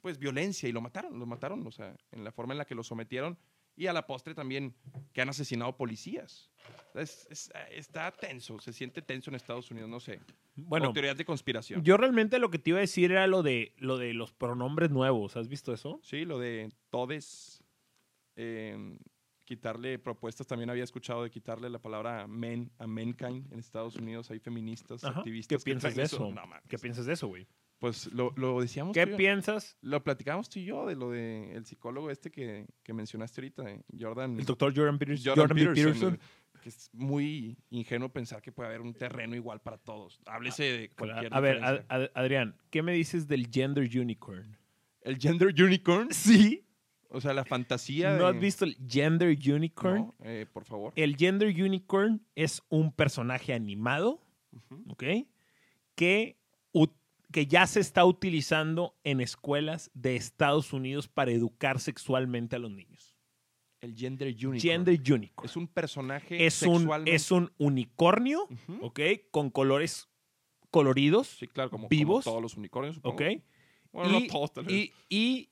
pues violencia y lo mataron, lo mataron, o sea, en la forma en la que lo sometieron y a la postre también que han asesinado policías. Es- es- está tenso, se siente tenso en Estados Unidos, no sé. Bueno, O teorías de conspiración. yo realmente lo que te iba a decir era lo de, lo de los pronombres nuevos. ¿Has visto eso? Sí, lo de todes, eh, quitarle propuestas, también había escuchado de quitarle la palabra men a mankind en Estados Unidos, hay feministas, Ajá. activistas. ¿Qué que piensas traen de eso? No, mames. ¿Qué piensas de eso, güey? pues lo, lo decíamos. ¿Qué tú y yo. piensas Lo platicamos tú y yo de lo de el psicólogo este que, que mencionaste ahorita, eh, Jordan. el doctor Jordan Peterson? Jordan, B. Peterson, güey, Que es muy ingenuo pensar que puede haber un terreno igual para todos. Háblese de cualquier. A ver, diferencia. Ad- Ad- Adrián, ¿qué me dices del gender unicorn? el gender unicorn, Sí. o sea, la fantasía. ¿No de- has visto el gender unicorn? No, eh, por favor. El gender unicorn es un personaje animado, Ujú. ¿ok? Que, ut- que ya se está utilizando en escuelas de Estados Unidos para educar sexualmente a los niños. El gender unicorn. Gender unicorn. es un personaje Es un, es un unicornio, Ujú. ¿ok? Con colores coloridos, Sí, claro, como, como vivos. todos los unicornios, supongo. ¿ok? Bueno, y, no todos, tal vez. y- y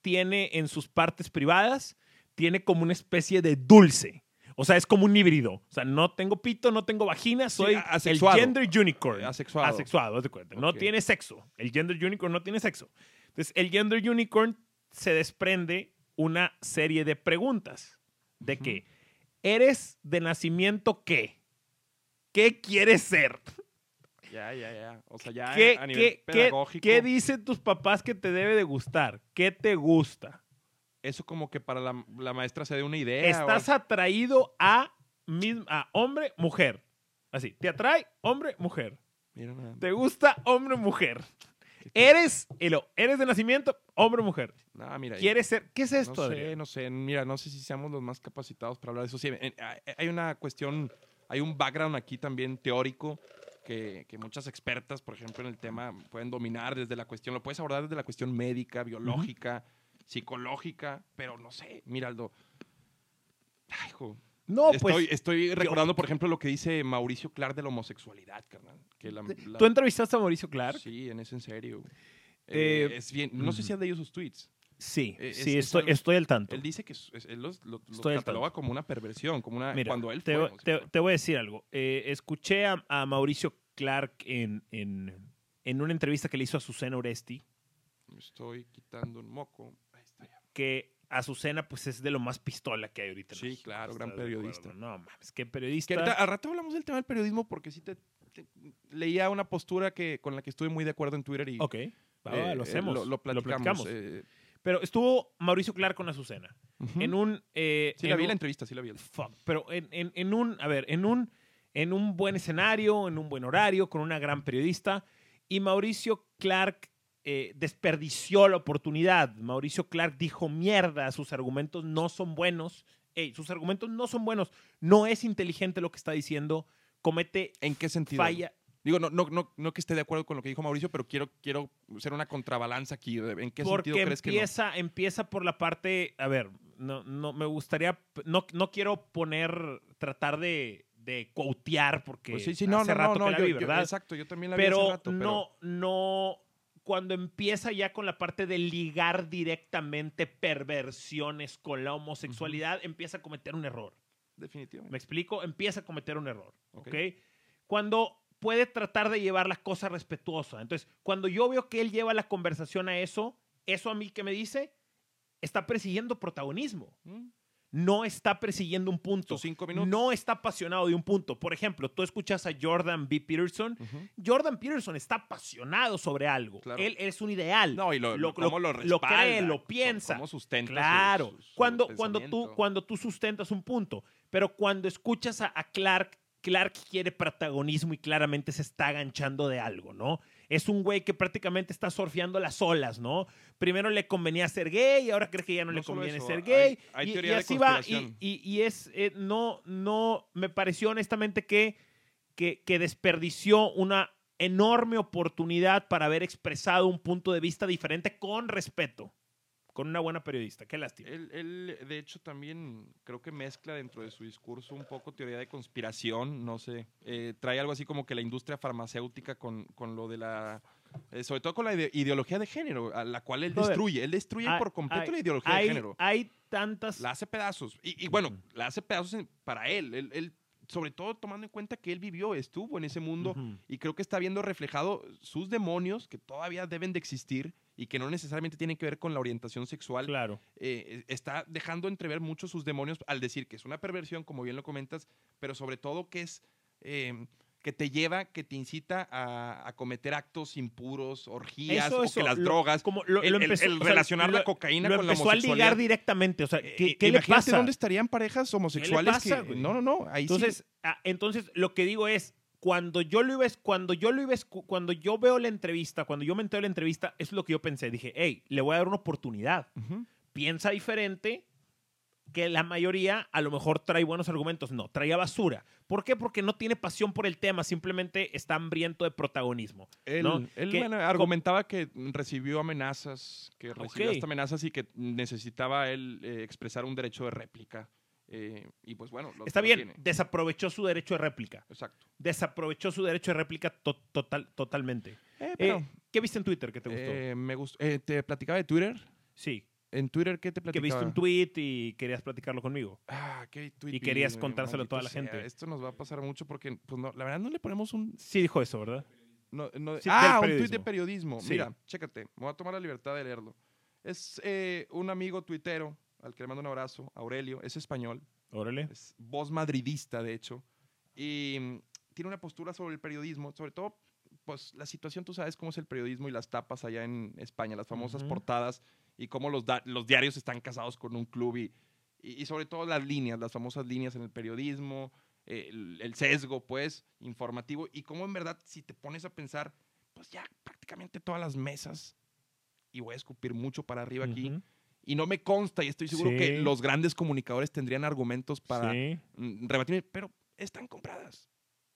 tiene en sus partes privadas, tiene como una especie de dulce. O sea, es como un híbrido. O sea, no tengo pito, no tengo vagina, soy a- asexuado. el gender unicorn. Asexuado. haz de cuenta. No Ok. tiene sexo. El gender unicorn no tiene sexo. Entonces, el gender unicorn se desprende una serie de preguntas. De Ujú. que, ¿eres de nacimiento qué? ¿Qué quieres ser? Ya, ya, ya. O sea, ya ¿Qué, a nivel qué- qué- pedagógico. qué dicen tus papás que te debe de gustar? ¿Qué te gusta? eso como que para la, la maestra se dé una idea. o ¿Estás atraído a, mis- a hombre, mujer? Así, ¿te atrae hombre, mujer? Mira nada más. ¿Te gusta hombre, mujer? ¿Qué- qué- ¿Eres, y lo- eres de nacimiento hombre, mujer? No, mira, ¿Quieres ser? ¿Qué es esto? No sé, Adrián? no sé. Mira, no sé si seamos los más capacitados para hablar de eso. Sí, en- hay- hay una cuestión, hay un background aquí también teórico que, que muchas expertas, por ejemplo, en el tema pueden dominar desde la cuestión, lo puedes abordar desde la cuestión médica, biológica, psicológica, pero no sé, Miraldo. Ay, hijo, No, pues estoy, estoy recordando, por ejemplo, lo que dice Mauricio Clark de la homosexualidad, carnal. Que la- la- tú entrevistaste a Mauricio Clark. Sí, Sí, en es en serio. güey. Eh, Eh, es bien, no sé si has leído sus tweets. sí, E, es- es estoy, algo- estoy al tanto. Él dice que es- es- él los, lo- los Estoy al cataloga como una perversión, como una Mira, cuando él te, fue voy- te- homosexual. te voy a decir algo. Eh, escuché a, a Mauricio Clark en, en, en una entrevista que le hizo a Susana Oresti, Me estoy quitando un moco. Ahí está ya. que Azucena pues es de lo más pistola que hay ahorita. en Sí, México, claro, gran ¿estás de acuerdo? periodista. No mames, qué periodista. Que ahorita, ah, al rato hablamos del tema del periodismo porque sí te, te- leía una postura que con la que estuve muy de acuerdo en Twitter y Ok, va, va, eh, lo eh, hacemos. lo, lo platicamos. eh, Pero estuvo Mauricio Clark con Azucena. ujú. En un. eh, sí en la vi un- la entrevista, sí la vi. Fuck, pero en, en- en un, a ver, en un, en un buen escenario, en un buen horario, con una gran periodista. Y Mauricio Clark eh, desperdició la oportunidad. Mauricio Clark dijo mierda, sus argumentos no son buenos. Ey, sus argumentos no son buenos. No es inteligente lo que está diciendo. Comete ¿En qué sentido? falla. Digo, no, no, no, no que esté de acuerdo con lo que dijo Mauricio, pero quiero, quiero ser una contrabalanza aquí. ¿En qué Porque sentido crees que no? empieza, empieza por la parte, a ver, no, no me gustaría, no, no quiero poner, tratar de, de quotear porque Pues sí, sí, no, hace no, rato no, que no, la yo- vi, yo- ¿verdad? exacto, yo también la vi hace pero rato, pero- no, no. Cuando empieza ya con la parte de ligar directamente perversiones con la homosexualidad, empieza a cometer un error. Definitivamente. ¿Me explico? Empieza a cometer un error. ¿Ok? Ok. cuando puede tratar de llevar las cosas respetuosas. Entonces, cuando yo veo que él lleva la conversación a eso, eso a mí que me dice, está persiguiendo protagonismo. Mm. No está persiguiendo un punto. Sus cinco minutos. No está apasionado de un punto. Por ejemplo, tú escuchas a Jordan B. Peterson. Ujú. Jordan Peterson está apasionado sobre algo. Claro. Él es un ideal. No, y lo, Lo- cómo lo, lo- lo respalda, cree, lo cómo- piensa. Cómo sustenta su- Claro. su- su cuando, cuando, tú, pensamiento. cuando tú sustentas un punto. Pero cuando escuchas a, a Clark, Clark quiere protagonismo y claramente se está aganchando de algo, ¿no? Es un güey que prácticamente está surfeando las olas, ¿no? Primero le convenía ser gay y ahora cree que ya no, No le solo conviene eso, ser hay- gay. hay y, teoría y de así va. Y, conspiración. y- y es, eh, no, no, me pareció honestamente que, que, que desperdició una enorme oportunidad para haber expresado un punto de vista diferente con respeto, con una buena periodista. Qué lástima. Él, él, de hecho, también creo que mezcla dentro de su discurso un poco teoría de conspiración, no sé. Eh, trae algo así como que la industria farmacéutica con, con lo de la... eh, sobre todo con la ide- ideología de género, a la cual él Brother, destruye. Él destruye hay- por completo hay- la ideología de Hay, género. hay tantas... La hace pedazos. Y, y bueno, la hace pedazos en- para él. Él, él, Sobre todo tomando en cuenta que él vivió, estuvo en ese mundo Ujú. y creo que está viendo reflejado sus demonios que todavía deben de existir y que no necesariamente tienen que ver con la orientación sexual Claro. eh, está dejando entrever mucho sus demonios al decir que es una perversión, como bien lo comentas, pero sobre todo que es eh, que te lleva, que te incita a, a cometer actos impuros, orgías, Eso, o eso, que las lo- drogas, Como lo, el, lo el- empezó- el o sea, relacionar lo- la cocaína lo con la empezó a ligar homosexualidad. directamente. O sea, ¿qué, Eh, qué le imagínate pasa? dónde estarían parejas homosexuales pasa, que güey? no, no, no, ahí sí. Entonces, ah, entonces lo que digo es, cuando yo lo iba, es- cuando yo lo iba, escu- cuando yo veo la entrevista, cuando yo me entero de la entrevista, es lo que yo pensé. Dije, hey, le voy a dar una oportunidad. Ujú. Piensa diferente que la mayoría a lo mejor trae buenos argumentos. No, traía basura. ¿Por qué? Porque no tiene pasión por el tema, simplemente está hambriento de protagonismo. Él, ¿no? él, Que- bueno, argumentaba que recibió amenazas, que recibió Ok. hasta amenazas y que necesitaba él eh, expresar un derecho de réplica. Eh, y pues bueno, lo- Está lo bien, tiene. desaprovechó su derecho de réplica. Exacto. Desaprovechó su derecho de réplica to- total, totalmente. Eh, Eh, pero, ¿Qué viste en Twitter que te gustó? eh, me gustó. Eh, te platicaba de Twitter. sí, ¿En Twitter qué te que platicaba? viste un tweet y querías platicarlo conmigo. Ah, qué y tweet vi, querías güey, contárselo a toda la maldito gente. Esto nos va a pasar mucho porque, pues, no, la verdad, no le ponemos un. Sí dijo eso, ¿verdad? no- no- Sí, ah, del un tweet de periodismo. periodismo. Sí. Mira, chécate. Me voy a tomar la libertad de leerlo. Es eh, un amigo tuitero al que le mando un abrazo, Aurelio. Es español. Órale. es pues, voz madridista, de hecho, y mm, tiene una postura sobre el periodismo, sobre todo, pues la situación, tú sabes cómo es el periodismo y las tapas allá en España, las famosas Ujú. portadas y cómo los, da- los diarios están casados con un club y, y- y sobre todo las líneas, las famosas líneas en el periodismo, eh, el, el sesgo, pues, informativo, y cómo en verdad, si te pones a pensar, pues ya prácticamente todas las mesas, y voy a escupir mucho para arriba aquí, Ujú. y no me consta, y estoy seguro que Sí. los grandes comunicadores tendrían argumentos para Sí. mm, rebatirme, pero están compradas.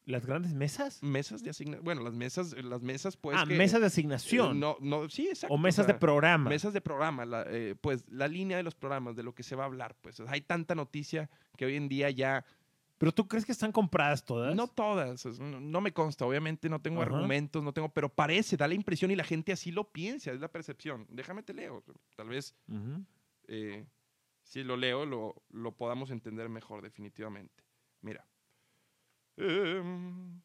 ¿Las grandes mesas? Mesas de asignación. Bueno, las mesas, las mesas, Mm, pues. ah, que- mesas de eh, asignación. No, no, sí, exacto. o mesas sea, de programa. Mesas de programa, la, eh, pues la línea de los programas, de lo que se va a hablar, pues hay tanta noticia que hoy en día ya, Pero tú crees que están compradas todas. no todas, es- no, no me consta, obviamente no tengo Ajá. argumentos, no tengo, pero parece, da la impresión y la gente así lo piensa, es la percepción. Déjame te leo, tal vez Ujú. eh, si lo leo, lo, lo podamos entender mejor, definitivamente. Mira. Em,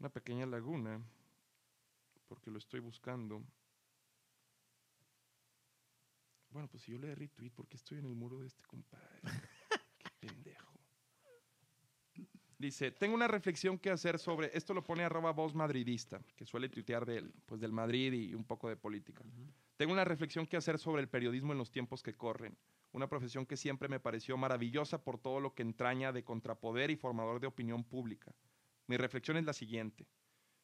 una pequeña laguna, porque lo estoy buscando. Bueno, pues si yo le doy retweet, porque estoy en el muro de este compadre. Qué pendejo. Dice, tengo una reflexión que hacer sobre, esto lo pone arroba voz madridista, que suele tuitear del, pues, del Madrid y un poco de política. Tengo una reflexión que hacer sobre el periodismo en los tiempos que corren. Una profesión que siempre me pareció maravillosa por todo lo que entraña de contrapoder y formador de opinión pública. Mi reflexión es la siguiente.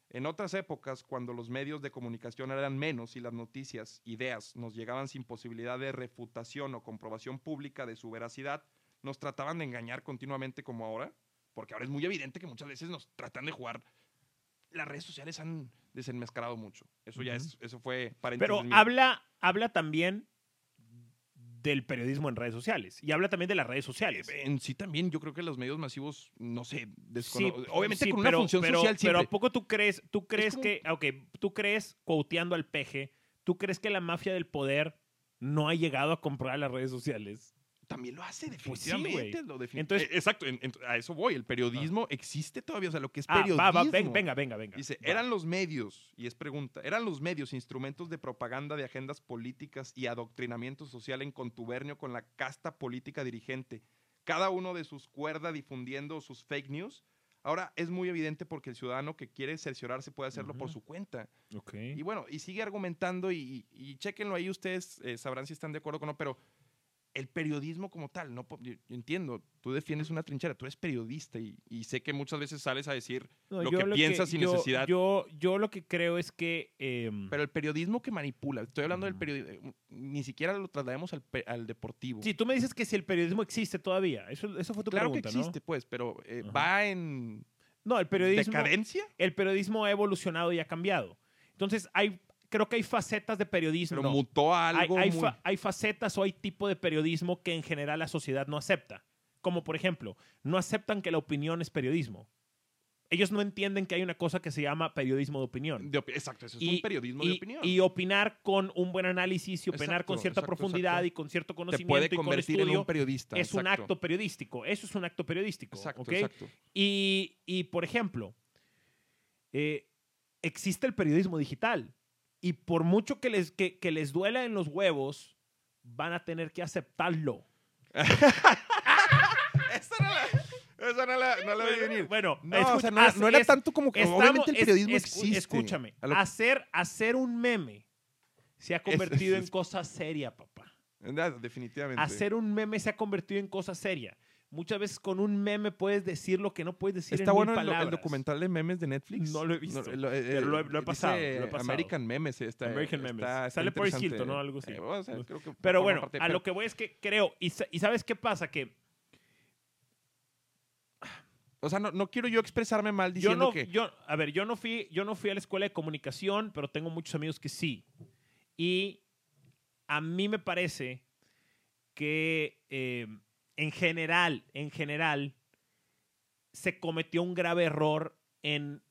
En otras épocas, cuando los medios de comunicación eran menos y las noticias, ideas, nos llegaban sin posibilidad de refutación o comprobación pública de su veracidad, nos trataban de engañar continuamente como ahora, porque ahora es muy evidente que muchas veces nos tratan de jugar. Las redes sociales han desenmascarado mucho. Eso ya Ujú. es, eso fue paréntesis. Pero mío. habla, habla también del periodismo en redes sociales. Y habla también de las redes sociales. En sí también, yo creo que los medios masivos, no sé, Sí, desconocen. Obviamente sí, con una función social Pero ¿a siempre. poco tú crees, tú crees como- que, ah, ok, tú crees, quoteando al peje, tú crees que la mafia del poder no ha llegado a comprar las redes sociales? también lo hace Pues sí, güey. definitivamente. lo defini- Entonces- Eh, exacto, en- en- a eso voy. El periodismo existe todavía, o sea, lo que es Ah, periodismo. va, va, ven- venga, venga, venga. Dice, Va. eran los medios, y es pregunta, eran los medios instrumentos de propaganda de agendas políticas y adoctrinamiento social en contubernio con la casta política dirigente, cada uno de sus cuerdas difundiendo sus fake news. Ahora es muy evidente porque el ciudadano que quiere cerciorarse puede hacerlo por Ujú. su cuenta. Ok. Y bueno, y sigue argumentando y, y, y chéquenlo ahí, ustedes eh, sabrán si están de acuerdo o no, pero el periodismo como tal, no po- yo, yo entiendo, tú defiendes una trinchera, tú eres periodista y, y sé que muchas veces sales a decir No, lo yo que piensas sin yo- necesidad. Yo, yo lo que creo es que. eh, Pero el periodismo que manipula, estoy hablando del Ujú. periodismo, ni siquiera lo traslademos al, pe- al deportivo. si tú me dices que si el periodismo existe todavía, eso, eso fue tu claro pregunta, que existe, pues, pero eh, Ajá. va en ¿no? No, el periodismo. decadencia, El periodismo ha evolucionado y ha cambiado. Entonces, hay, creo que hay facetas de periodismo. pero mutó a hay, algo hay muy- fa- hay facetas o hay tipo de periodismo que en general la sociedad no acepta. Como por ejemplo, no aceptan que la opinión es periodismo. Ellos no entienden que hay una cosa que se llama periodismo de opinión. de opi- Exacto, eso es un periodismo de y- opinión. y opinar con un buen análisis y opinar Exacto, con cierta exacto, profundidad exacto. y con cierto Te conocimiento puede y con convertir en estudio un periodista. es un exacto. acto periodístico. Eso es un acto periodístico. Exacto, ¿ok? exacto. Y, y, por ejemplo, eh, existe el periodismo digital. Y por mucho que les, que, que les duela en los huevos, van a tener que aceptarlo. Esa no la, esa no la, no la vi venir. Bueno, No, escucha, o sea, no, hace- no era es- tanto como que estamos- obviamente el es- periodismo es- existe. Escúchame, A lo- hacer, hacer un meme se ha convertido es- en cosa seria, papá. Ah, definitivamente. Hacer un meme se ha convertido en cosa seria. Muchas veces con un meme puedes decir lo que no puedes decir Está en mil bueno el, do- el palabras. documental de memes de Netflix. No lo he visto, eh, pero lo he- lo he dice pasado, lo he pasado. American Memes. Está, American está- Memes. está Sale Paris interesante. Hilton, ¿no? Algo así. Eh, o sea, creo que Pero forma bueno, parte de- a pero- lo que voy es que creo, y, sa- y ¿sabes qué pasa? Que O sea, no, no quiero yo expresarme mal yo diciendo no, que... yo, a ver, yo no, fui, yo no fui a la escuela de comunicación, pero tengo muchos amigos que sí. Y a mí me parece que eh, en general, en general, se cometió un grave error en,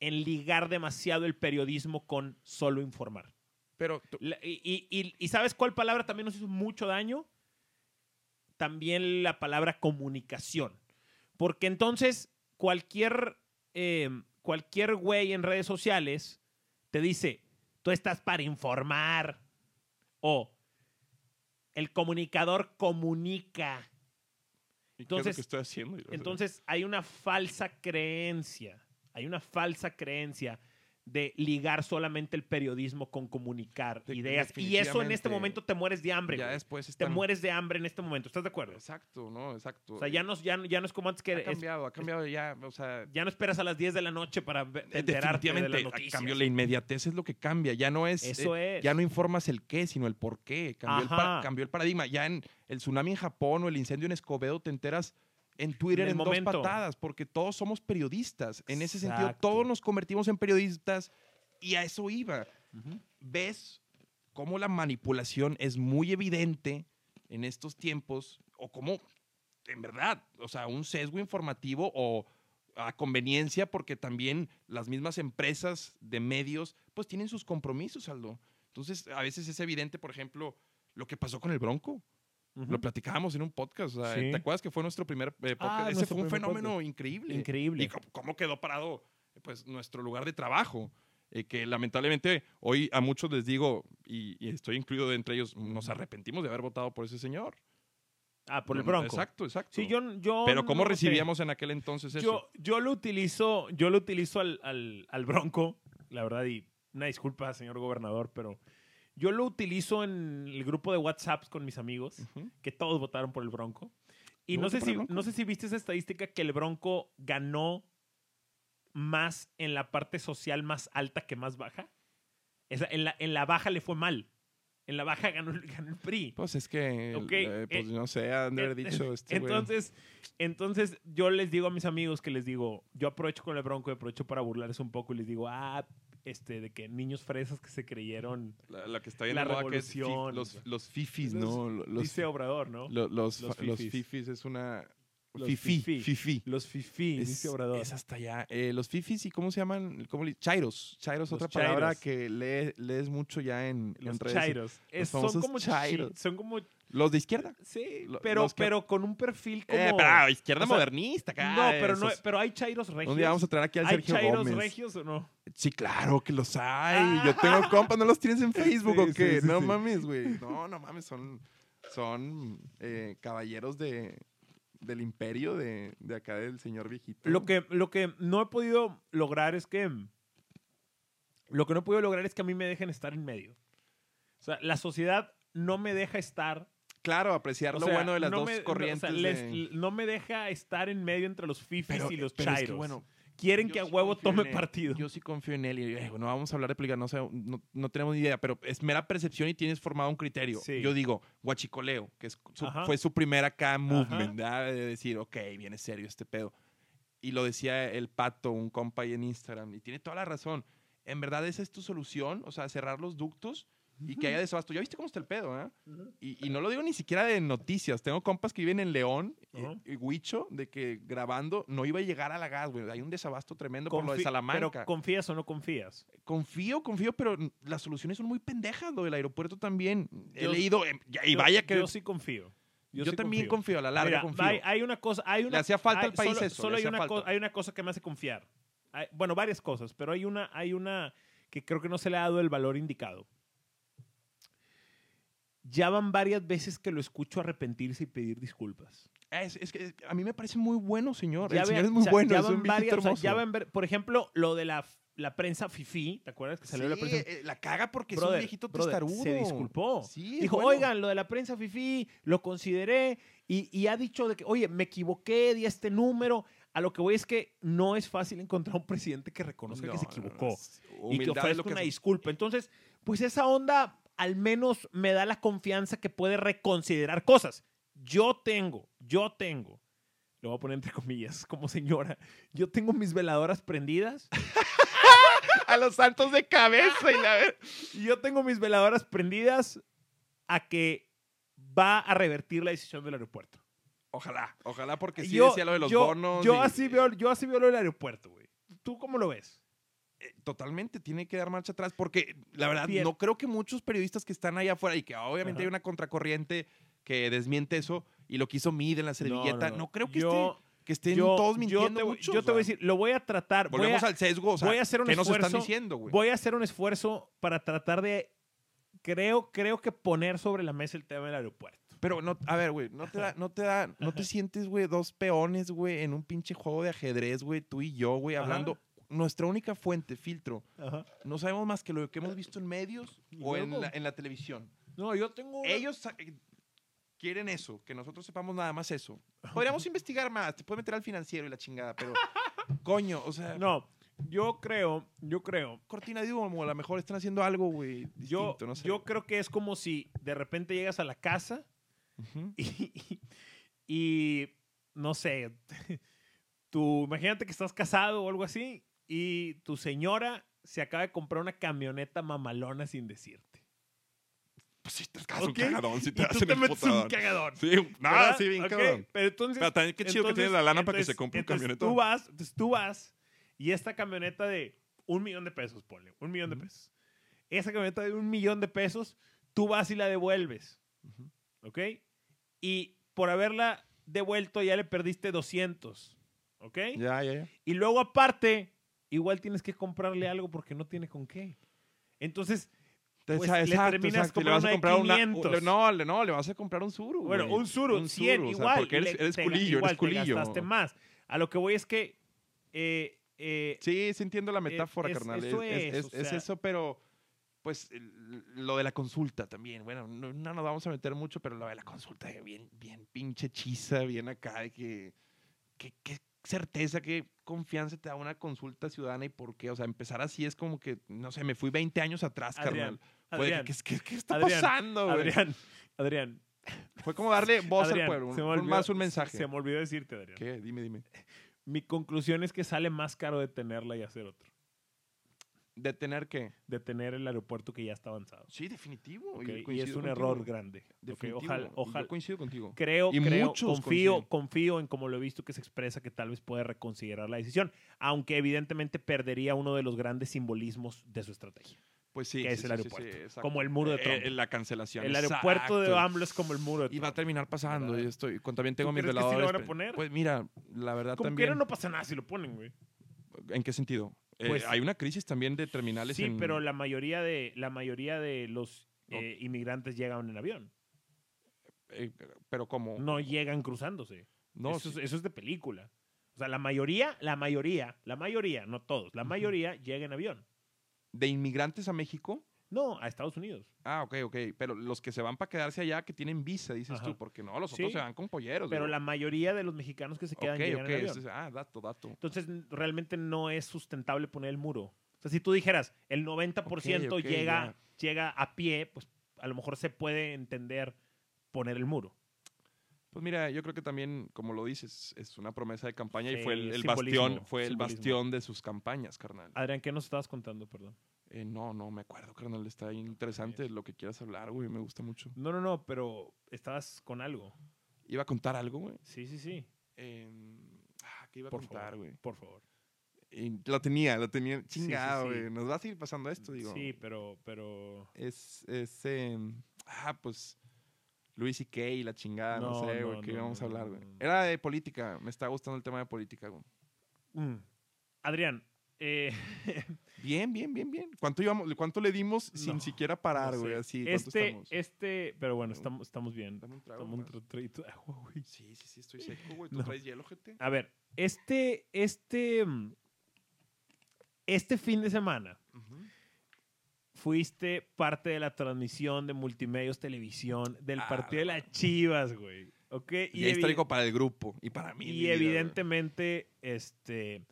en ligar demasiado el periodismo con solo informar. Pero tú- La- y, y- y- y ¿sabes cuál palabra también nos hizo mucho daño? También la palabra comunicación. Porque entonces cualquier, eh, cualquier güey en redes sociales te dice, tú estás para informar. O el comunicador comunica. ¿y ¿qué entonces- es lo que estoy haciendo? O sea, Entonces hay una falsa creencia, hay una falsa creencia de ligar solamente el periodismo con comunicar De- ideas. Y eso en este definitivamente. momento te mueres de hambre. ya güey. después Te están- mueres de hambre en este momento, ¿estás de acuerdo? Exacto, ¿no? Exacto. O sea, ya no, ya, no- ya no es como antes que... ha es- cambiado, ha cambiado ya, o sea... ya no esperas a las 10 de la noche para ve- Eh, enterarte de las definitivamente, a noticias. cambio la inmediatez es lo que cambia, ya no es, eh, Eso es. ya no informas el qué, sino el por qué, cambió, el, pa- Ajá. cambió el paradigma, ya en el tsunami en Japón o el incendio en Escobedo te enteras en Twitter En en, el dos momento. patadas, porque todos somos periodistas, en ese sentido Exacto. todos nos convertimos en periodistas y a eso iba, Ujú. ves cómo la manipulación es muy evidente en estos tiempos o cómo, en verdad, o sea, un sesgo informativo o a conveniencia porque también las mismas empresas de medios pues tienen sus compromisos, Aldo. Entonces, a veces es evidente, por ejemplo, lo que pasó con el Bronco. Ujú. Lo platicábamos en un podcast. o sea, Sí. ¿Te acuerdas que fue nuestro primer eh, podcast? Ah, Ese nuestro fue un primer fenómeno increíble. Increíble. Y cómo, cómo quedó parado pues nuestro lugar de trabajo. eh, que lamentablemente hoy a muchos les digo, y, y estoy incluido de entre ellos, nos arrepentimos de haber votado por ese señor. ah, por el No, no, bronco. Exacto, exacto. Sí, yo, yo Pero cómo no sé. recibíamos en aquel entonces eso. Yo, yo lo utilizo, yo lo utilizo al, al- al bronco, la verdad, y una disculpa, señor gobernador, pero yo lo utilizo en el grupo de WhatsApp con mis amigos, Ujú. que todos votaron por el bronco. Y Yo no voté sé, por el si, Bronco. no sé si viste esa estadística que el bronco ganó más en la parte social más alta que más baja. Esa- en, la, en la baja le fue mal. En la baja ganó, el- ganó el PRI. Pues es que, el- Ok, eh, pues eh, no sé, han de haber dicho este güey. e-, Entonces, entonces yo les digo a mis amigos que les digo, yo aprovecho con el bronco, y aprovecho para burlarles un poco y les digo, ah, este, de que niños fresas que se creyeron, la, la que está bien la de moda que es revolución, fi- güey. los, los fifis, Entonces, ¿no? Los, dice Obrador, ¿no? Lo- los, Los fa- los fifis. fifis es una, Los Fifi. fifí. Fifi. Los fifí, Es, dice Obrador. es hasta allá. Eh, los fifis y cómo se llaman, ¿Cómo le- chairos. Chairos, Los otra palabra chairos. que lee- lees mucho ya en, los en redes. chairos. Es- son, famosos como chi- chairos. son como Los de izquierda. Sí, Lo- pero, los que- pero con un perfil como. Eh, pero izquierda o sea, modernista, acá, no, pero no, esos. pero hay chairos regios. Un día vamos a traer aquí al ¿Hay Sergio chairos Gómez. regios o no? Sí, claro que los hay. Yo tengo compas, ¿no los tienes en Facebook Sí, o qué? sí, sí, no sí. mames, güey. No, no mames, son, son eh, caballeros de, del imperio de, de acá del señor viejito. Lo que, lo que no he podido lograr es que. Lo que no he podido lograr es que a mí me dejen estar en medio. O sea, la sociedad no me deja estar. Claro, apreciar o lo sea, bueno de las no dos me- no, o sea, corrientes. les- de- no me deja estar en medio entre los fifis y los pero es chairos. que, bueno, Quieren yo que a sí huevo confío en tome él. partido. Yo sí confío en él y eh, no vamos a hablar de política, no, sé, no, no tenemos ni idea, pero es mera percepción y tienes formado un criterio. Sí. Yo digo, guachicoleo, que es su- Ajá. fue su primera acá movement, ¿verdad? de decir, ok, viene serio este pedo. Y lo decía el pato, un compa ahí en Instagram, y tiene toda la razón. En verdad, esa es tu solución, o sea, cerrar los ductos y que haya desabasto. Ya viste cómo está el pedo, ¿eh? Y, y no lo digo ni siquiera de noticias. Tengo compas que viven en León, y- Ajá. y Huicho, de que grabando no iba a llegar a la gas, güey. Hay un desabasto tremendo por lo de Confi- Salamanca. Pero confías o no confías. confío, confío, pero n- las soluciones son muy pendejas. Lo del aeropuerto también. He Yo- leído, em, ya- y Yo- vaya que. Yo Yo, sí confío. Yo, sí también confío. confío. a la larga Mira, confío. Hay, hay una cosa, hay una, hacía falta hay- al país solo, eso, solo le hay, hacía una falta. co- hay una cosa que me hace confiar. Hay- bueno, varias cosas, pero hay una, hay una que creo que no se le ha dado el valor indicado. Ya van varias veces que lo escucho arrepentirse y pedir disculpas. Es, es que a mí me parece muy bueno, señor. Ya el ve- señor es o muy sea, bueno, ya es un van viejito varias, o sea, hermoso. ya van ver- por ejemplo, lo de la, la prensa Fifi, ¿te acuerdas que salió la Sí, prensa eh, la caga porque es un Brother, viejito brother, testarudo. Se disculpó. Sí, es Dijo, bueno. oigan, lo de la prensa fifi, lo consideré y, y ha dicho de que, oye, me equivoqué, di este número. A lo que voy es que no es fácil encontrar un presidente que reconozca que se No, no, no, equivocó es- y que humildad es ofrezca lo que una hace. disculpa. Entonces, pues esa onda al menos me da la confianza que puede reconsiderar cosas. Yo tengo, yo tengo, lo voy a poner entre comillas, como señora, yo tengo mis veladoras prendidas A los santos de cabeza y la ver- Y yo tengo mis veladoras prendidas a que va a revertir la decisión del aeropuerto. Ojalá, ojalá porque sí yo, decía lo de los yo- bonos. Yo y- así, veo, yo así veo lo del aeropuerto, güey. ¿Tú cómo lo ves? eh, totalmente tiene que dar marcha atrás porque la verdad Bien. no creo que muchos periodistas que están allá afuera y que obviamente Ajá. hay una contracorriente que desmiente eso y lo que hizo Mid en la servilleta, no, creo que, yo, esté- que estén yo- todos yo mintiendo te, voy- mucho, Yo o te voy a sea, decir, lo voy a tratar. Voy volvemos a, al sesgo, o sea, voy a hacer un ¿qué nos esfuerzo, están diciendo, güey? voy a hacer un esfuerzo para tratar de, creo, creo que poner sobre la mesa el tema del aeropuerto. Pero no, a ver, güey, no te da, no te da, no te sientes, güey, dos peones, güey, en un pinche juego de ajedrez, güey, tú y yo, güey, Ajá. hablando. Nuestra única fuente, filtro, Ajá. no sabemos más que lo que hemos visto en medios Y o en luego- la- en la televisión. No, yo tengo... una- Ellos sa- eh, quieren eso, que nosotros sepamos nada más eso. Podríamos investigar más, te puedes meter al financiero y la chingada, pero coño, o sea, No, yo creo, yo creo cortina de humo, a lo mejor están haciendo algo, güey, Yo, distinto, no sé. yo creo que es como si de repente llegas a la casa Ujú. y, y, no sé, tú imagínate que estás casado o algo así y tu señora se acaba de comprar una camioneta mamalona sin decirte. Pues sí, te cagas Ok, un cagadón si te y tú hacen te el metes un putadón. cagadón. Sí, nada, ¿verdad? sí, bien Ok, cabrón. Pero entonces... Pero también qué chido que entonces- tienes la lana para que se entonces- compre un entonces camionetón. Tú vas, entonces tú vas y esta camioneta de un millón de pesos, ponle, un millón de Ujú. pesos. Esa camioneta de un millón de pesos, tú vas y la devuelves. Ujú. ¿ok? Y por haberla devuelto ya le perdiste 200, ¿ok? Ya, ya, ya. Y luego aparte, igual tienes que comprarle algo porque no tiene con qué. Entonces, Pues, Exa- le terminas le vas comprando a comprar una una de u- le- 500. no, le- no, le vas a comprar un suru, bueno, güey. un suru, 100 Tsuru, o sea, igual. porque eres, le- eres te- culillo, igual eres te culillo. gastaste más. A lo que voy es que eh, eh, Sí, sí entiendo la metáfora, es- carnal. eso es, es, es- o es sea- eso, pero pues el- lo de la consulta también. Bueno, no, no nos vamos a meter mucho, pero lo de la consulta, eh, bien, bien pinche chisa, bien acá, de que, que- qué certeza, qué confianza te da una consulta ciudadana y por qué. O sea, empezar así es como que, no sé, me fui 20 años atrás, Adrián, carnal. Fue de que, Adrián, ¿qué, qué- qué está Adrián, pasando, güey? Adrián, Adrián, Fue como darle voz Adrián, al pueblo, un- se me un- olvidó- más un mensaje. se me olvidó decirte, Adrián. ¿Qué? Dime, dime. Mi conclusión es que sale más caro detenerla y hacer otro. De tener que. de tener el aeropuerto que ya está avanzado. Sí, definitivo. ¿ok? yo Y es coincido un contigo. error grande. ¿ok? Definitivo. Ojalá, Y ojalá. Yo coincido contigo. Creo, Y creo, muchos confío, coinciden. confío en como lo he visto que se expresa que tal vez puede reconsiderar la decisión, aunque evidentemente perdería uno de los grandes simbolismos de su estrategia, Pues sí. que sí, es el sí, sí, aeropuerto, sí, exacto. como el muro de Eh, Trump. eh, la cancelación. el aeropuerto de exacto. AMLO es como el muro de Y va a Trump. terminar pasando. ¿Verdad? Y estoy, cuando también tengo ¿Tú mis crees que sí lo veladores. van a pe- poner? Pues mira, la verdad Como también. quiera no pasa nada si lo ponen, güey. ¿En qué sentido? Eh, Pues- hay una crisis también de terminales Sí, en- pero la mayoría de, la mayoría de los eh, inmigrantes llegan en avión. eh, pero como... No llegan cruzándose. No, eso, sí, es, eso es de película. O sea, la mayoría, la mayoría, la mayoría, no todos, la Ujú. mayoría llega en avión. de inmigrantes a México. No, a Estados Unidos. Ah, ok, ok. Pero los que se van para quedarse allá, que tienen visa, dices Ajá. tú, porque no, los Sí. otros se van con polleros. Pero digo. la mayoría de los mexicanos que se quedan Ok, llegan ok. en avión. ese es- ah, dato, dato. Entonces, n- realmente no es sustentable poner el muro. O sea, si tú dijeras, el 90% Ok, ok, llega, llega a pie, pues a lo mejor se puede entender poner el muro. Pues mira, yo creo que también, como lo dices, es una promesa de campaña Sí, y fue el, el simbolismo, bastión, fue el simbolismo. Ah. bastión de sus campañas, carnal. Adrián, ¿qué nos estabas contando? Perdón. Eh, no, no, me acuerdo, carnal. Está interesante lo que quieras hablar, güey. Me gusta mucho. No, no, no, pero estabas con algo. Iba a contar algo, güey. Sí, sí, sí. Em, ah, ¿Qué iba a Por contar, favor, güey? por favor. Y La tenía, la tenía. sí, Chingado, sí. güey. Nos va a seguir pasando esto, digo. Sí, pero, pero... es, es em, ah, pues Luis y Kay, la chingada, no, No, sé, no, güey, que no, íbamos a no, no, hablar, güey. no, no. Era de política, me está gustando el tema de política, güey. Mm. Adrián, eh, Bien, bien, bien, bien. ¿Cuánto íbamos, cuánto le dimos sin No, siquiera no parar, sé. güey? Así, ¿cuánto este, estamos? este, pero bueno, estamos, estamos bien. Dame un trago Estamos un más. tra- traguito de agua, güey. Sí, sí, sí, estoy seco, güey. ¿Tú No. traes hielo, gente? A ver, este, este, mm, este fin de semana fuiste parte de la transmisión de Multimedios Televisión del Ah, partido de la las Chivas, güey. ¿Ok? Y, evi- histórico para el grupo y para mí. mi y vida, güey. evidentemente, este,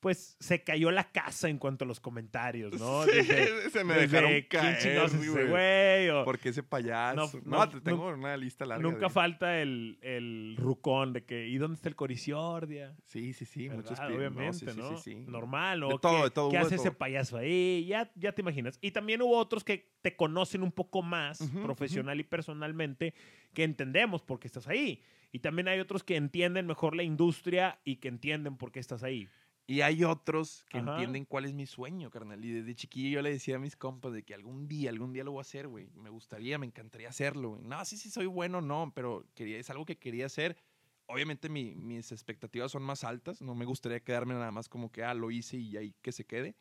pues se cayó la casa en cuanto a los comentarios, ¿no? Sí, Desde- se me desde dejaron ¿quién chingados caer, es ese güey. güey? O Porque ese payaso. No, No, no, te tengo una lista larga. nunca de- falta el, el rucón de que, ¿y dónde está el coriciordia? Sí, sí, sí, muchos ¿verdad? pi- no, Obviamente, ¿no? sí, sí, sí, sí. Normal, ¿o? De todo, ¿Qué, de todo, qué hubo de hace ese todo. payaso ahí? Ya, ya te imaginas. Y también hubo otros que te conocen un poco más, Ujú, profesional y personalmente, que entendemos por qué estás ahí. Y también hay otros que entienden mejor la industria y que entienden por qué estás ahí. Y hay otros que Ajá. entienden cuál es mi sueño, carnal. Y desde chiquillo yo le decía a mis compas de que algún día, algún día lo voy a hacer, güey. Me gustaría, me encantaría hacerlo, güey. No, sí, sí, soy bueno, no, pero quería, es algo que quería hacer. Obviamente mi- mis expectativas son más altas. No me gustaría quedarme nada más como que, ah, lo hice y ahí que se quede.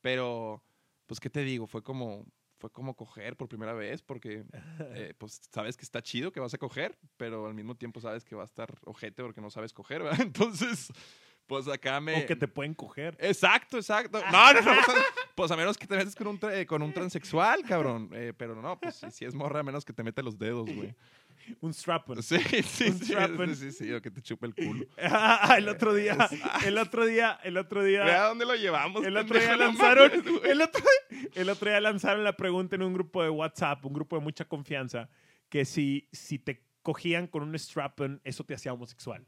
Pero, pues, ¿qué te digo? Fue como, fue como coger por primera vez porque, eh, pues, sabes que está chido que vas a coger, pero al mismo tiempo sabes que va a estar ojete porque no sabes coger, ¿verdad? Entonces, pues acá me... O que te pueden coger. Exacto, exacto. Ah. No, no, no. Pues a menos que te metas con un, tra- eh, con un transexual, cabrón. Eh, pero no, pues si, si es morra, a menos que te mete los dedos, güey. Un strap on. Sí, sí, sí, Un sí, strap-on. sí, sí, sí, o que te chupe el culo. el otro día, el otro día, el otro día. Ve a dónde lo llevamos. El otro día pendejo, no lanzaron, mames, güey. el otro, el otro día lanzaron la pregunta en un grupo de WhatsApp, un grupo de mucha confianza, que si, si te cogían con un strap eso te hacía homosexual.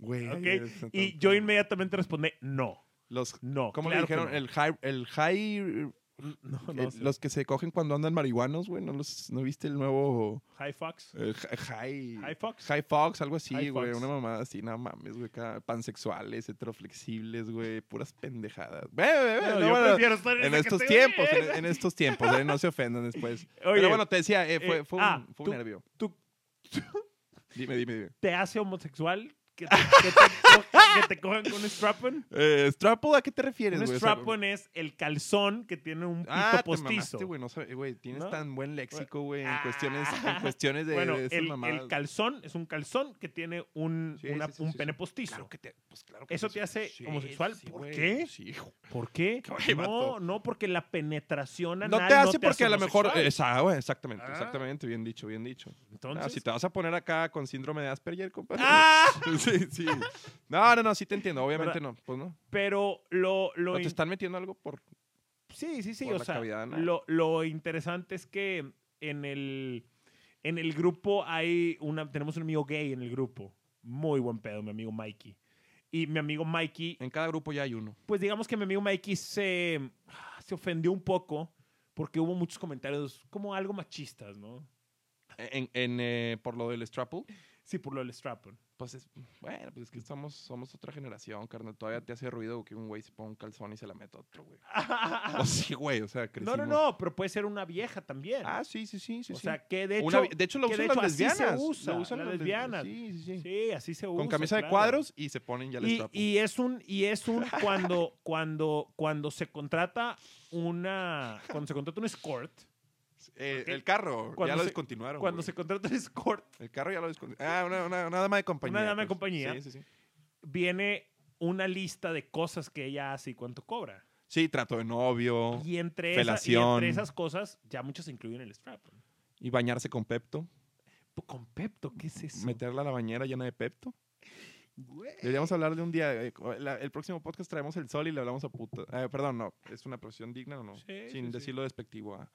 Güey, ¿ok? eres un Y tonto. yo inmediatamente respondí, no, Los, no. ¿Cómo claro le que dijeron? no. El high... El high No, no el- sé. los que se cogen cuando andan marihuanos, güey. ¿No, los, ¿No viste el nuevo High Fox. eh, hi- high... High Fox. High Fox, algo así, High güey. Fox. Una mamada así, no mames, güey. acá, Pansexuales, heteroflexibles, güey. Puras pendejadas. Ve, ve, ve, No, Eh, no, yo bueno, prefiero estar en en esa estos categoría. tiempos, en, en estos tiempos, eh, no se ofendan después. Oye, Pero bueno, te decía, eh, fue, eh, fue un, ah, fue un tú- nervio. tú- Dime, dime, dime. ¿te hace homosexual que te, que te co- que te cojan con un strap Eh, ¿Strapo a qué te refieres, Un güey? O sea, strap es el calzón que tiene un pito Ah, te postizo. mamaste, güey. No sabe- güey, tienes ¿No? tan buen léxico, güey, en Ah. cuestiones, en cuestiones de, bueno, de el, esas el mamadas. calzón es un calzón que tiene un, Sí, una- sí, sí, un sí, pene sí. postizo. Claro que te, pues claro ¿Eso sí, te hace sí, homosexual? sí, ¿Por güey. qué? Sí, hijo. ¿Por qué? Oye, No, vato. no, porque la penetración anal No te hace porque a lo homosexual. mejor. Esa, güey, exactamente, Ah. exactamente. Bien dicho, bien dicho. Ah, Entonces, si te vas a poner acá con síndrome de Asperger, compadre. ¡Ah! Sí, sí. No, no, no, sí te entiendo. Obviamente Ahora- no. Pues no. Pero lo, lo ¿No te in- están metiendo algo por. sí, sí, sí, por o la sea, cavidad anal? lo, lo interesante es que en el en el grupo hay una tenemos un amigo gay en el grupo, muy buen pedo, mi amigo Mikey. Y mi amigo Mikey En cada grupo ya hay uno. pues digamos que mi amigo Mikey se, ah, se ofendió un poco porque hubo muchos comentarios como algo machistas, ¿no? En, en, eh, por lo del Strapple. Sí, por lo del strapon. Pues es, bueno, pues es que somos, somos otra generación, carnal. Todavía te hace ruido que un güey se ponga un calzón y se la meta a otro, güey. O sí, güey, o sea, Ah. No, crecimos. no, no, pero puede ser una vieja también. Ah, sí, sí, sí, sí. o sí. sea, que de hecho, Una vi- de hecho, lo que usan de las así se lesbianas. usa, Lo usan las las lesbianas. lesbianas. Sí, sí, sí. Sí, así se usa. Con camisa de claro. cuadros y se ponen ya el Y, strapo. y es un, y es un cuando, cuando, cuando se contrata una, cuando se contrata un escort, Eh, el carro, Cuando ya lo se- descontinuaron. cuando Ah, güey. se contrata un escort, El carro ya lo descontinuaron. Ah, una, una, una dama de compañía. pues. Una dama de compañía. Sí, sí, sí. viene una lista de cosas que ella hace y cuánto cobra. Sí, trato de novio. Y entre, esa- y Felación. entre esas cosas, ya muchas incluyen el strap. Y bañarse con Pepto. Con Pepto, ¿qué es eso? Meterla a la bañera llena de Pepto. Güey. Deberíamos hablar de un día. eh, co- la- el próximo podcast traemos el sol y le hablamos a puta. eh, perdón, no. ¿Es una profesión digna o no? Sí, sí, Sin sí. decirlo despectivo a.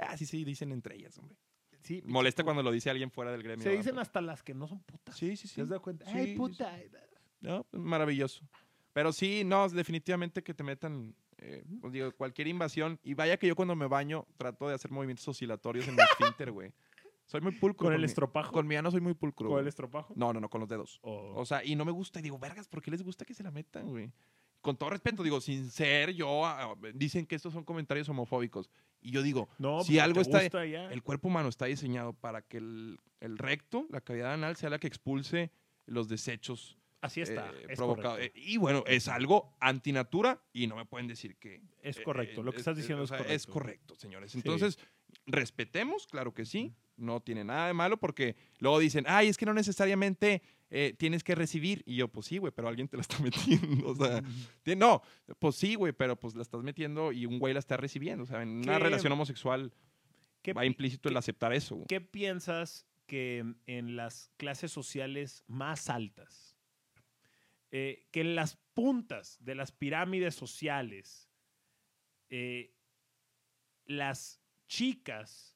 Ah, sí, sí, dicen entre ellas, hombre. Sí, Molesta cuando lo dice alguien fuera del gremio. Se ¿verdad? dicen hasta las que no son putas. Sí, sí, sí. ¿Te has dado cuenta? Sí, ¡Ay, sí, puta! No, pues, maravilloso. Pero sí, no, definitivamente que te metan, eh, pues digo, cualquier invasión. Y vaya que yo cuando me baño trato de hacer movimientos oscilatorios en mi esfínter, güey. Soy muy pulcro. ¿Con el mi- estropajo? Con mi ano soy muy pulcro. ¿Con el güey. estropajo? No, no, no, con los dedos. O- O sea, y no me gusta. Y digo, vergas, ¿por qué les gusta que se la metan, güey? Con todo respeto, digo, sin ser yo, ah, dicen que estos son comentarios homofóbicos. Y yo digo, no, si pues, algo te está- gusta ya. el cuerpo humano está diseñado para que el, el recto, la cavidad anal, sea la que expulse los desechos Así está. eh, es provocado. correcto. Eh, y bueno, es algo antinatura y no me pueden decir que... es eh, correcto. eh, Lo que estás eh, diciendo o es sea, correcto. señores. Sí. Entonces, respetemos, claro que sí. No tiene nada de malo porque luego dicen, ay, es que no necesariamente eh, tienes que recibir. Y yo, pues sí, güey, pero alguien te la está metiendo. O sea, ti- no, pues sí, güey, pero pues la estás metiendo y un güey la está recibiendo. O sea, en una ¿Qué? relación homosexual ¿Qué, va implícito el qué- aceptar eso. güey. qué piensas que en las clases sociales más altas, eh, que en las puntas de las pirámides sociales, eh, las chicas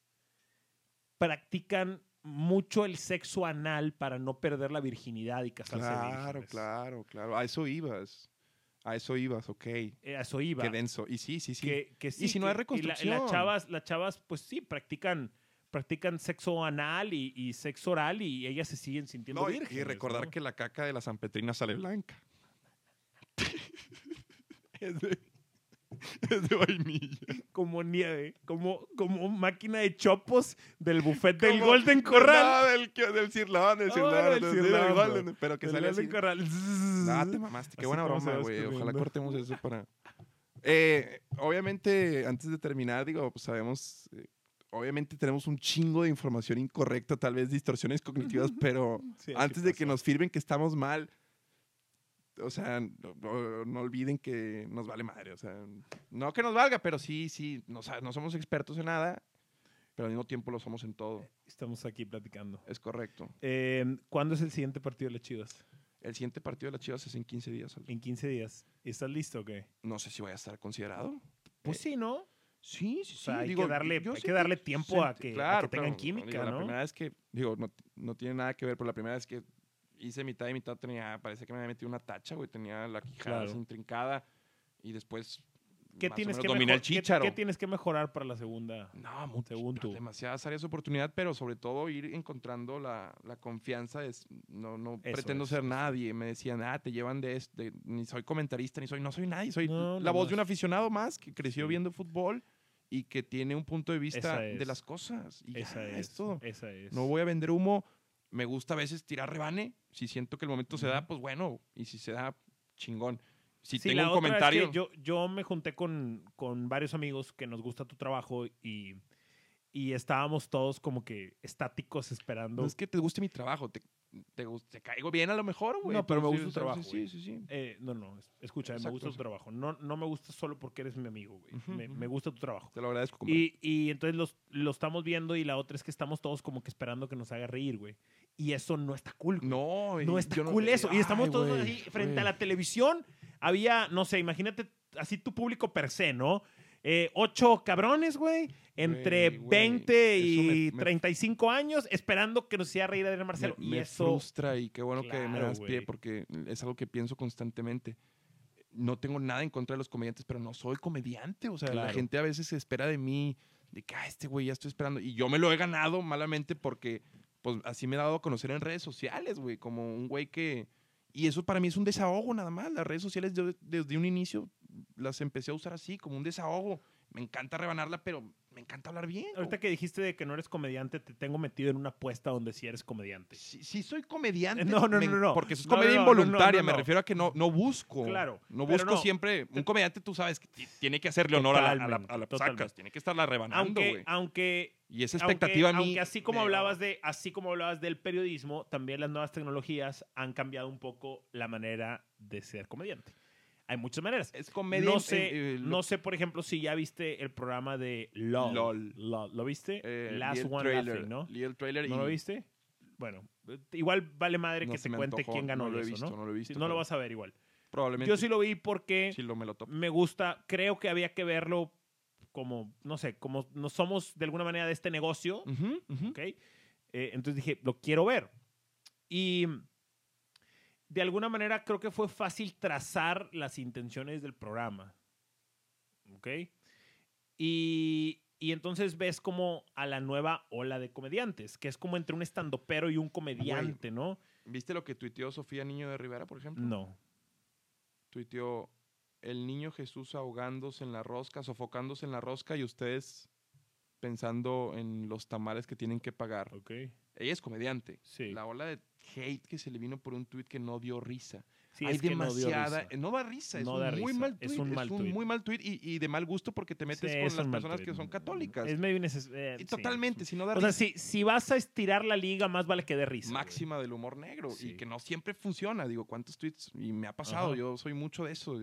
practican mucho el sexo anal para no perder la virginidad y casarse Claro, vírgenes? claro, claro. A eso ibas. A eso ibas, ok. Eh, a eso iba. Qué denso. Y sí, sí, sí. que, que sí, si no que- hay y la- Y las reconstrucción. chavas, las chavas, pues sí, practican, practican sexo anal y, y sexo oral y ellas se siguen sintiendo No, y- vírgenes. y recordar ¿no? que la caca de la San Petrina sale blanca. es, de, es de vainilla. Como nieve, como, como máquina de chopos del buffet del Como- Golden Corral. No, del, que- del cirlón, del Ah, cirlón. bueno, del del- del cirlón, Golden, güey. pero que del sale Golden así. Corral. Ah, te mamaste. Qué Así buena como se broma, va güey. Ojalá escurriendo. cortemos eso para... Eh, obviamente, antes de terminar, digo, pues sabemos... eh, Obviamente tenemos un chingo de información incorrecta, tal vez distorsiones cognitivas, pero Sí, así antes de que pasa. nos firmen que estamos mal, o sea, no, no- no olviden que nos vale madre, o sea, no que nos valga, pero sí, sí, no, sa- no somos expertos en nada, pero al mismo tiempo lo somos en todo, Estamos aquí platicando. es correcto. Eh, ¿Cuándo es el siguiente partido de las Chivas? El siguiente partido de las Chivas es en 15 días. Aldo. En 15 días. ¿Estás listo o qué? No sé si voy a estar considerado. Pues sí, ¿no? Sí, sí, O sea, sí, hay digo, que darle, yo hay sentí- que darle tiempo a sentí- que, a que claro, tengan claro, digo, química, La ¿no? primera vez que, digo, no, no tiene nada que ver, pero la primera vez que hice mitad y mitad tenía, parece que me había metido una tacha, güey, tenía la quijada Claro. así intrincada y después ¿Qué más o tienes, menos que dominé el mejor- qué- chícharo. qué tienes que mejorar para la segunda? No, mu- Según tú. demasiadas áreas de oportunidad, pero sobre todo ir encontrando la, la confianza. Es, no no Eso pretendo es. ser nadie. Me decían, ah, te llevan de esto. de- ni soy comentarista, ni soy, no soy nadie. Soy No, la voz de un nomás. aficionado más que creció Sí. viendo fútbol y que tiene un punto de vista Esa de es. las cosas. Y ya, Esa es es. todo. Esa es. No voy a vender humo. Me gusta a veces tirar rebane. Si siento que el momento se da, pues bueno. Y si se da, chingón. Si Sí, tengo la otra un es que comentario. yo, yo me junté con, con varios amigos que nos gusta tu trabajo y, y estábamos todos como que estáticos esperando. No es que te guste mi trabajo. Te, te, gus- te caigo bien a lo mejor, güey. No, pero me sí, gusta tu sí, trabajo, Sí, güey. sí, sí. Eh, no, no, es- escucha, me Exacto, gusta tu exacto. trabajo. No, no me gusta solo porque eres mi amigo, güey. Ujú, me, ujú. me gusta tu trabajo. Te lo agradezco. compadre. Y, y entonces los, lo estamos viendo y la otra es que estamos todos como que esperando que nos haga reír, güey. Y eso no está cool, güey. no, y No está yo cool eso. Y estamos Ay, todos güey, así frente a güey. la televisión. Había, no sé, imagínate así tu público per se, ¿no? Eh, ocho cabrones, güey, entre Güey, güey, 20 y eso me- me- 35 años, esperando que nos hiciera reír Adrián Marcelo. Me, y me eso, frustra y qué bueno que me Claro, das pie güey. porque es algo que pienso constantemente. no tengo nada en contra de los comediantes, pero no soy comediante. O sea, la Claro. gente a veces espera de mí, de que, ah, este güey ya estoy esperando. Y yo me lo he ganado malamente porque, pues, así me he dado a conocer en redes sociales, güey, como un güey que... Y eso para mí es un desahogo nada más. Las redes sociales yo desde un inicio las empecé a usar así, como un desahogo. Me encanta rebanarla, pero me encanta hablar bien. Ahorita que dijiste de que no eres comediante, te tengo metido en una apuesta donde sí eres comediante. Sí, sí Este, soy comediante. No, no, me- no, no. Porque eso es No, comedia no, no, no, involuntaria. no, Me no. refiero a que no, no busco. Claro, No pero busco no. siempre. Un comediante, tú sabes que ti- tiene que hacerle honor a la, a la, a la Totalmente, sacas, totalmente. Tiene que estarla rebanando, Aunque, güey. aunque Y esa expectativa aunque, a mí. aunque así como me- hablabas de así como hablabas del periodismo, también las nuevas tecnologías han cambiado un poco la manera de ser comediante. Hay muchas maneras. Es comedia. no sé, eh, eh, no sé, por ejemplo, si ya viste el programa de LOL. LOL. ¿Lo viste? eh, vi Last el One trailer, Laughing, ¿no? vi el trailer ¿No y lo viste? Bueno, eh, igual vale madre no que se te me cuente antojó, quién ganó No lo he eso, visto, ¿no? no lo he Sí, visto. no lo pero vas a ver igual. Probablemente. Yo sí lo vi porque sí lo me lo topo. me gusta, creo que había que verlo como, no sé, como no somos de alguna manera de este negocio, Ujú, ujú. ¿ok? Eh, entonces dije, lo quiero ver. Y de alguna manera creo que fue fácil trazar las intenciones del programa, ¿ok? Y, y entonces ves como a la nueva ola de comediantes, que es como entre un estandopero y un comediante, ¿no? ¿Viste lo que tuiteó Sofía Niño de Rivera, por ejemplo? No. tuiteó el niño Jesús ahogándose en la rosca, sofocándose en la rosca y ustedes pensando en los tamales que tienen que pagar. Ok. Ella es comediante. Sí. La ola de hate que se le vino por un tuit que no dio risa. Sí, Hay es que no dio demasiada... risa. eh, No, da risa, es No un da muy risa, mal tuit. es un mal tuit. muy mal tuit y, y de mal gusto porque te metes Sí, con es las un mal personas tuit. que son católicas. Es medio innecesa- eh, y sí, totalmente, si no da O sea, risa. si, si vas a estirar la liga, más vale que dé risa. güey. máxima del humor negro Sí. y que no siempre funciona. Digo, ¿cuántos tweets? Y me ha pasado, Ajá. yo soy mucho de eso.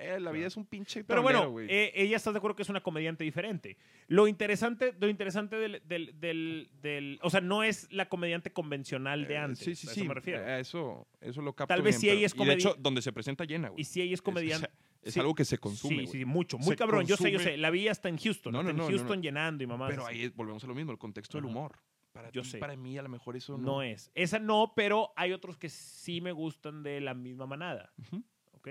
Eh, la vida Claro. es un pinche Pero bueno, tablero, güey. eh, ella estás de acuerdo que es una comediante diferente. Lo interesante, lo interesante del, del, del, del- O sea, no es la comediante convencional de Eh, antes. Sí, sí, a sí. eso me refiero. eh, eso, eso lo capto Tal vez bien, si ella pero- es Y de hecho, comedi- donde se presenta llena, güey. y si ella es o sea, comediante. eh, Es, sí. algo que se consume, sí, güey. sí, mucho. Muy Se cabrón. Yo sé, yo consume- sé. La vi hasta en Houston. No, hasta no, en no, no, Houston no. llenando y mamá. Pero ahí es- volvemos a lo mismo, el contexto del Ajá. humor. Para Yo ti, sé. para mí, a lo mejor eso no... No es. Esa no, pero hay otros que sí me gustan de la misma manada. Ujú. ¿Ok?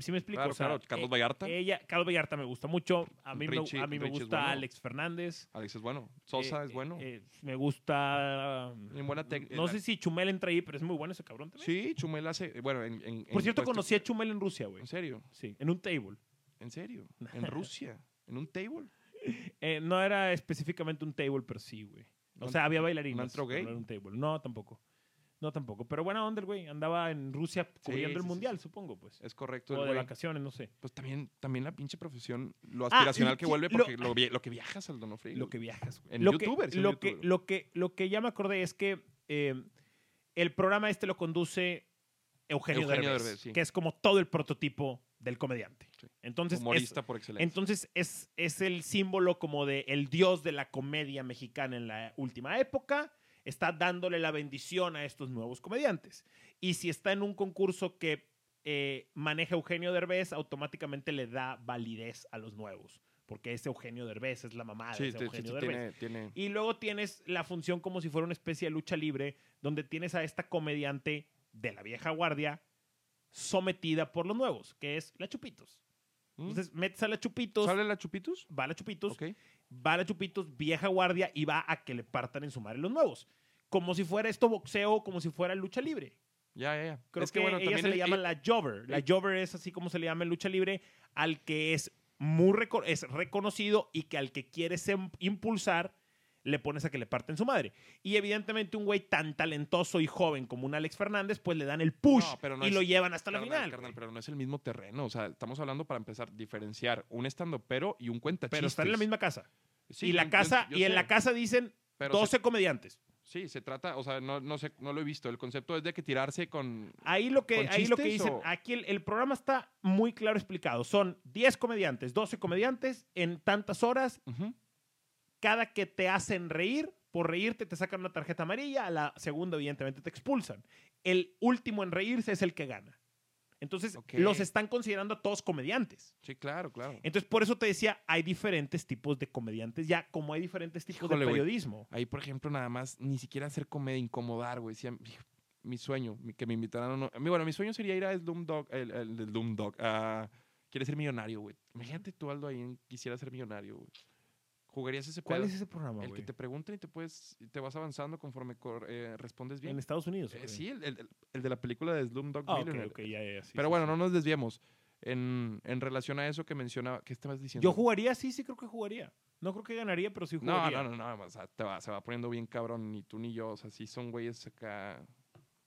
Si me explico. Claro, O sea, claro, Carlos eh, Vallarta. Ella, Carlos Vallarta me gusta mucho. A mí, Richie- me, a mí me Richie es gusta bueno. Alex Fernández. Alex es bueno. Sosa Eh, es bueno. eh, eh, me gusta. En buena tec- No en- sé si Chumel entra ahí, pero es muy bueno ese cabrón también. sí, Chumel hace... Bueno, en... en- Por en cierto, cuestión- conocí a Chumel en Rusia, güey. ¿En serio? Sí, en un table. ¿En serio? ¿En Rusia? ¿En un table? Eh, no era específicamente un table, pero sí, güey. O ¿Un- sea, había un bailarinas. antro pero gay? No, era un table. no, tampoco. No, tampoco. Pero buena onda el güey. Andaba en Rusia cubriendo sí, el sí, mundial, supongo, pues. Es correcto. O el de güey. vacaciones, no sé. Pues también, también la pinche profesión, lo aspiracional Ah, y que que- vuelve lo- porque lo, vi- lo que viajas al Donofrio. Lo que viajas, güey. En lo youtuber, que, siendo lo, que, youtuber. lo, que, lo que ya me acordé es que eh, el programa este lo conduce Eugenio, Eugenio Derbez, Derbez, sí. que es como todo el prototipo del comediante. Sí. Entonces, es, humorista por excelencia. entonces es, es el símbolo como de el dios de la comedia mexicana en la última época. Está dándole la bendición a estos nuevos comediantes. Y si está en un concurso que eh, maneja Eugenio Derbez, automáticamente le da validez a los nuevos. Porque ese Eugenio Derbez es la mamá de sí, ese te- sí, ah, Eugenio sí, Derbez. tiene, tiene- Y luego tienes la función como si fuera una especie de lucha libre, donde tienes a esta comediante de la vieja guardia sometida por los nuevos, que es la Chupitos. ¿Mm? Entonces metes a la Chupitos, ¿Sale la Chupitus? va la Chupitos, Ok. va la Chupitos, vieja guardia, y va a que le partan en su madre los nuevos. Como si fuera esto boxeo, como si fuera lucha libre. Ya, ya, ya. Creo Es que, bueno, ella también e- se le el- llama la Jover. La el- Jover es así como se le llama en lucha libre, al que es muy reco- es reconocido y que al que quieres em- impulsar, le pones a que le parten su madre. Y evidentemente un güey tan talentoso y joven como un Alex Fernández, pues le dan el push No, pero no y es- lo llevan hasta la carnal, final. carnal, güey. pero no es el mismo terreno. O sea, estamos hablando para empezar diferenciar un estando pero y un cuenta pero están en la misma casa. y la casa, y en la casa dicen pero 12 se- comediantes. sí, se trata, o sea, no, no sé, no lo he visto. El concepto es de que tirarse con. Ahí lo que, ¿Con ahí lo que chistes dicen, o- aquí el, el programa está muy claro explicado. Son 10 comediantes, 12 comediantes en tantas horas. Ujú. Cada que te hacen reír, por reírte te sacan una tarjeta amarilla, a la segunda evidentemente te expulsan. El último en reírse es el que gana. Entonces, Ok. los están considerando a todos comediantes. Sí, claro, claro. Entonces, por eso te decía, hay diferentes tipos de comediantes, ya como hay diferentes tipos Híjole, de güey. periodismo. Ahí, por ejemplo, nada más, ni siquiera hacer comedia, incomodar, güey. Si a- mi sueño, mi- que me invitaran a uno. mi- Bueno, mi sueño sería ir a Slum Dog, el, el, el Slum Dog. ah, quieres ser millonario, güey. Imagínate tú, Aldo, ahí, en quisiera ser millonario, güey. ¿Jugarías ese ¿Cuál pedo? es ese programa, El que güey? te preguntan y te puedes, y te vas avanzando conforme cor- eh, respondes bien. En Estados Unidos. Eh, ok. sí, el, el- el de la película de Slumdog Ah, ok, Millionaire. ok, ya, ya, sí, Pero sí, bueno, sí. no nos desviemos. En, en relación a eso que mencionaba, ¿qué estabas diciendo? Yo jugaría, sí, sí creo que jugaría. No creo que ganaría, pero sí No, jugaría. no, no, no, o sea, te va- se va poniendo bien cabrón, ni tú ni yo, o sea, sí son güeyes acá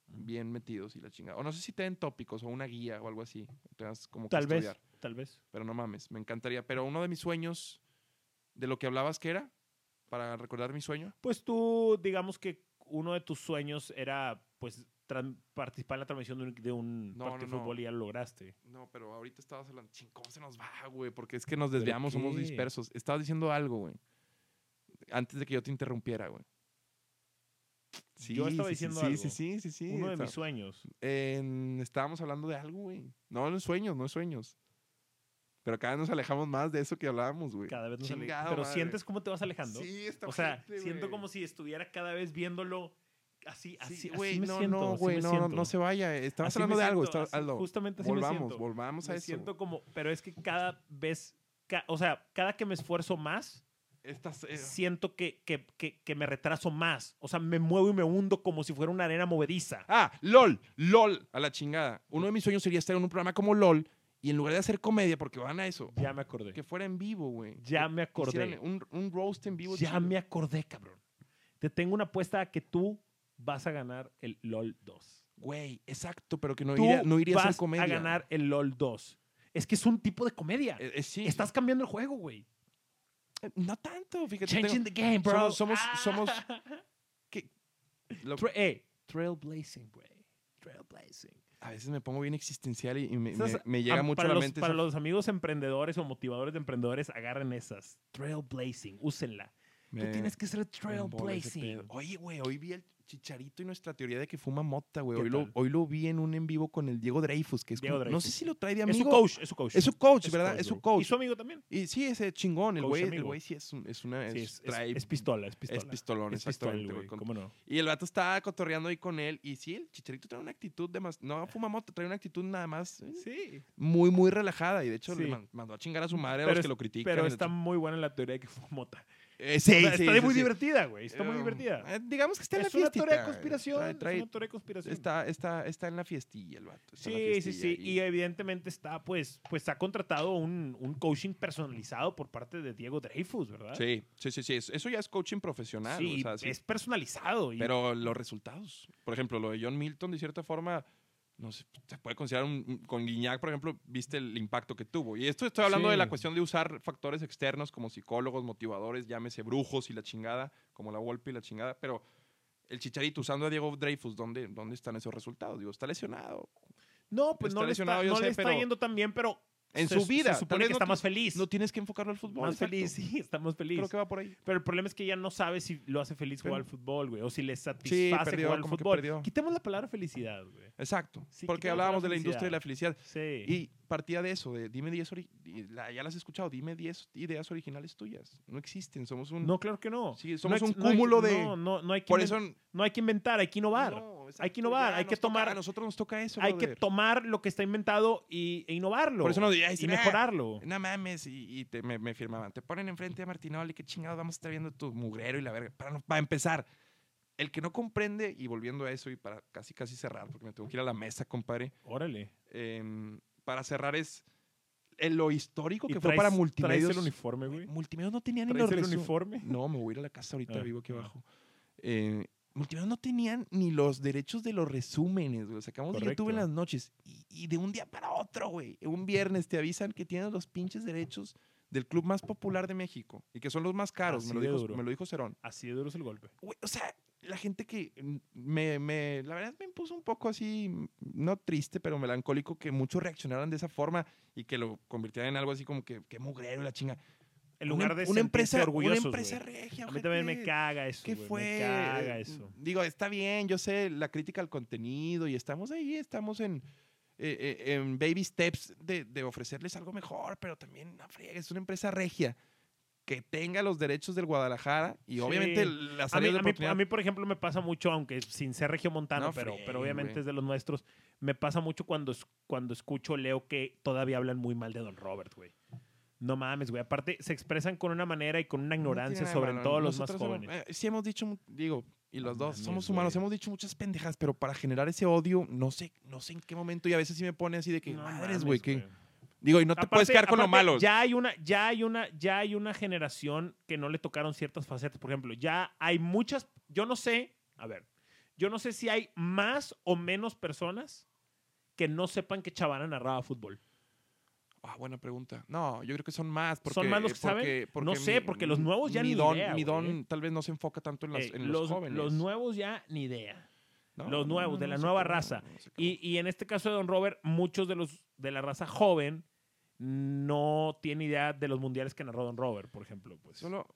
bien metidos y la chingada. O no sé si te den tópicos o una guía o algo así, tengas como que Tal vez, estudiar, tal vez. pero no mames, me encantaría. Pero uno de mis sueños, de lo que hablabas que era, para recordar mi sueño, Pues tú, digamos que uno de tus sueños era, pues, tran- participar en la transmisión de un, de un No, partido no, no. de fútbol y ya lo lograste. No, pero ahorita estabas hablando. Ching, ¿Cómo se nos va, güey? Porque es que nos desviamos, somos qué? dispersos. Estabas diciendo algo, güey. Antes de que yo te interrumpiera, güey. Yo estaba sí, diciendo sí, algo. Sí, sí, sí, sí. uno de está- mis sueños. en- estábamos hablando de algo, güey. No, no es sueños, no es sueños. Pero cada vez nos alejamos más de eso que hablábamos, güey. Cada vez nos ale- Chingado, Pero madre. sientes cómo te vas alejando. Sí, está o sea, ojete, siento güey. como si estuviera cada vez viéndolo así, así, Sí, así güey, me no, siento, no, así güey, me no, no, siento. no se vaya. Estabas Así me hablando de algo, siento, estabas- así- Aldo. justamente así me volvamos, siento. volvamos a Me eso. siento como, pero es que cada vez, ca- o sea, cada que me esfuerzo más, Estás, eh, siento que, que, que, que me retraso más. O sea, me muevo y me hundo como si fuera una arena movediza. Ah, LOL, LOL, a la chingada. Uno de mis sueños sería estar en un programa como LOL y en lugar de hacer comedia, porque van a eso, Ya me acordé. que fuera en vivo, güey. Ya me Que hicieran acordé. Un, un roast en vivo. Ya chido. me acordé, cabrón. Te tengo una apuesta a que tú vas a ganar el LOL 2. Güey, exacto, pero que no tú iría, no iría a hacer vas comedia. a ganar el LOL 2. Es que es un tipo de comedia. Eh, eh, sí. Estás cambiando el juego, güey. Eh, No tanto, fíjate. Changing the game, bro. Somos- somos- Ah. somos- tengo- lo- Tra- eh, trailblazing, güey. Trailblazing. a veces me pongo bien existencial y, y me, Esas- me- me llega am- mucho para a la los, mente. Para esa- los amigos emprendedores o motivadores de emprendedores, agarren esas. Trailblazing, úsenla. me- Tú tienes que ser me embola ese trailblazing. pedo. Oye, güey, hoy vi el chicharito y nuestra teoría de que fuma mota, güey. ¿Qué Hoy lo, tal? hoy lo vi en un en vivo con el Diego Dreyfus, que es Diego como- No sé Dreyfus. si lo trae de Es su amigo. coach, es su coach. Es su coach, Es ¿verdad? es su bro. coach. Y su amigo también. Y sí, ese chingón, el Coach güey, el amigo. güey sí es, un- es una... Sí, es- es, es- trae- es pistola, es pistola. es pistolón, Es pistola, exactamente, güey. güey, con- ¿Cómo no? Y el vato está cotorreando ahí con él. Y sí, el chicharito trae una actitud de más... No fuma mota, trae una actitud nada más eh, Sí. muy, muy relajada. Y de hecho le Sí. man- mandó a chingar a su madre a Pero los es- que lo critican. y Pero la está chi- muy buena la teoría de que fue mota. Eh, sí, O sea, sí, está de sí, muy sí. divertida, güey. Está muy Eh, divertida. eh, digamos que está en la es una fiesta. teoría de conspiración. Trae, trae- es una teoría de conspiración. está, está, está en la fiestilla el vato. está en la Sí, sí, fiestilla sí. Y... evidentemente está, pues, pues ha contratado un, un coaching personalizado por parte de Diego Dreyfus, ¿verdad? Sí, sí, sí, sí, es- Eso ya es coaching profesional. Sí, o sea, sí. es personalizado. y- Pero los resultados. Por ejemplo, lo de John Milton, de cierta forma, no sé, se puede considerar un- un- con Guiñac, por ejemplo, viste el impacto que tuvo. Y esto estoy hablando de Sí. la cuestión de usar factores externos como psicólogos, motivadores, llámese brujos y la chingada, como la Wolpe y la chingada, pero el Chicharito usando a Diego Dreyfus, ¿dónde, dónde están esos resultados? Digo, está lesionado. no, pues no está le está, lesionado, yo no le sé, está pero yendo tan bien, pero en se- su vida, Se tal supone vez que no está ti- más feliz. No tienes que enfocarlo al fútbol. más exacto. feliz, sí, está más feliz. Creo que va por ahí. Pero el problema es que ya no sabe si lo hace feliz jugar al fútbol, güey, o si le satisface perdió, jugar al como que perdió. fútbol. Quitemos la palabra felicidad, güey. Exacto. Sí, porque quitemos la hablábamos de la industria de felicidad. la felicidad. Sí. Y partía de eso, de dime 10, ori- y la- ya las has escuchado, dime 10 ideas originales tuyas. No existen, somos un... no, claro que no. Sí, somos No ex- un no ex- cúmulo de- No, no, no hay que por inven- eso... no hay que inventar, hay que innovar. no, hay que exacto, innovar, ya hay que nos toca- tomar- a nosotros nos toca eso. hay que brother. tomar lo que está inventado y, e innovarlo. Por eso no diría, "Ay, y sí, ah. nah". mejorarlo. No mames, y, y te- me, me firmaban. Te ponen enfrente a Martinoli, qué chingados vamos a estar viendo tu mugrero y la verga. Para, no- para empezar, el que no comprende, y volviendo a eso y para casi casi cerrar, porque me tengo que ir a la mesa, compadre, Órale. em, para cerrar es eh, lo histórico Y que fue traes- para traes multimedios. el uniforme, güey. Multimedios no tenían ni Traes los el resu- uniforme. No, me voy a ir a la casa ahorita, Ah, vivo aquí ah. abajo. Eh, Multimedios no tenían ni los derechos de los resúmenes, güey. Lo Sacamos de YouTube en Correcto. las noches. Y, y de un día para otro, güey. Un viernes te avisan que tienes los pinches derechos del club más popular de México. Y que son los más caros. Así Me lo, de dijo, duro. me lo dijo Cerón. Así de duro es el golpe. Güey, o sea, la gente que mm, me, me, la verdad me puso un poco así, mm, no triste, pero melancólico, que muchos reaccionaran de esa forma y que lo convirtieran en algo así como que, qué mugrero y la chinga. En Una lugar em- de una sentirse empresa, una orgullosos, empresa güey. regia, A mí también me ojete. caga eso. ¿Qué güey, fue? Mm, Me caga eso. Digo, está bien, yo sé la crítica al contenido y estamos ahí, estamos en, eh, eh, en baby steps de, de ofrecerles algo mejor, pero también no friegues, es una empresa regia que tenga los derechos del Guadalajara y Sí. obviamente las A mí, áreas de a mí- oportunidad. a mí, por ejemplo, me pasa mucho, aunque sin ser regiomontano, No pero, friegues, pero obviamente güey. es de los nuestros, me pasa mucho cuando, es- cuando escucho, leo que todavía hablan muy mal de Don Robert, güey. No mames, güey. Aparte, se expresan con una manera y con una No ignorancia tiene nada de sobre malo. todo los más Nosotros hemos- jóvenes. eh, sí hemos dicho, mu- digo, y los No dos, mames, somos humanos, güey. hemos dicho muchas pendejas, pero para generar ese odio, no sé, no sé en qué momento, y a veces sí me pone así de que, No madres, mames, güey, que... Digo, y no te puedes Aparte- quedar con lo aparte, malo. Ya hay una, ya hay una, ya hay una generación que no le tocaron ciertas facetas. Por ejemplo, ya hay muchas. Yo no sé, a ver, yo no sé si hay más o menos personas que no sepan que Chavana narraba fútbol. Ah, buena pregunta. No, yo creo que son más. Porque, ¿Son más los que saben? porque- porque No sé, porque los nuevos ya mi ni don, idea, mi don güey. tal vez no se enfoca tanto en, las- Eh, en los, los, jóvenes. los nuevos ya ni idea. No, los no, nuevos, no, de no, la se nueva acabó, raza. no, se Y, acabó. y en este caso de Don Robert, muchos de los de la raza joven no tienen idea de los mundiales que narró Don Robert, por ejemplo. Pues. Solo,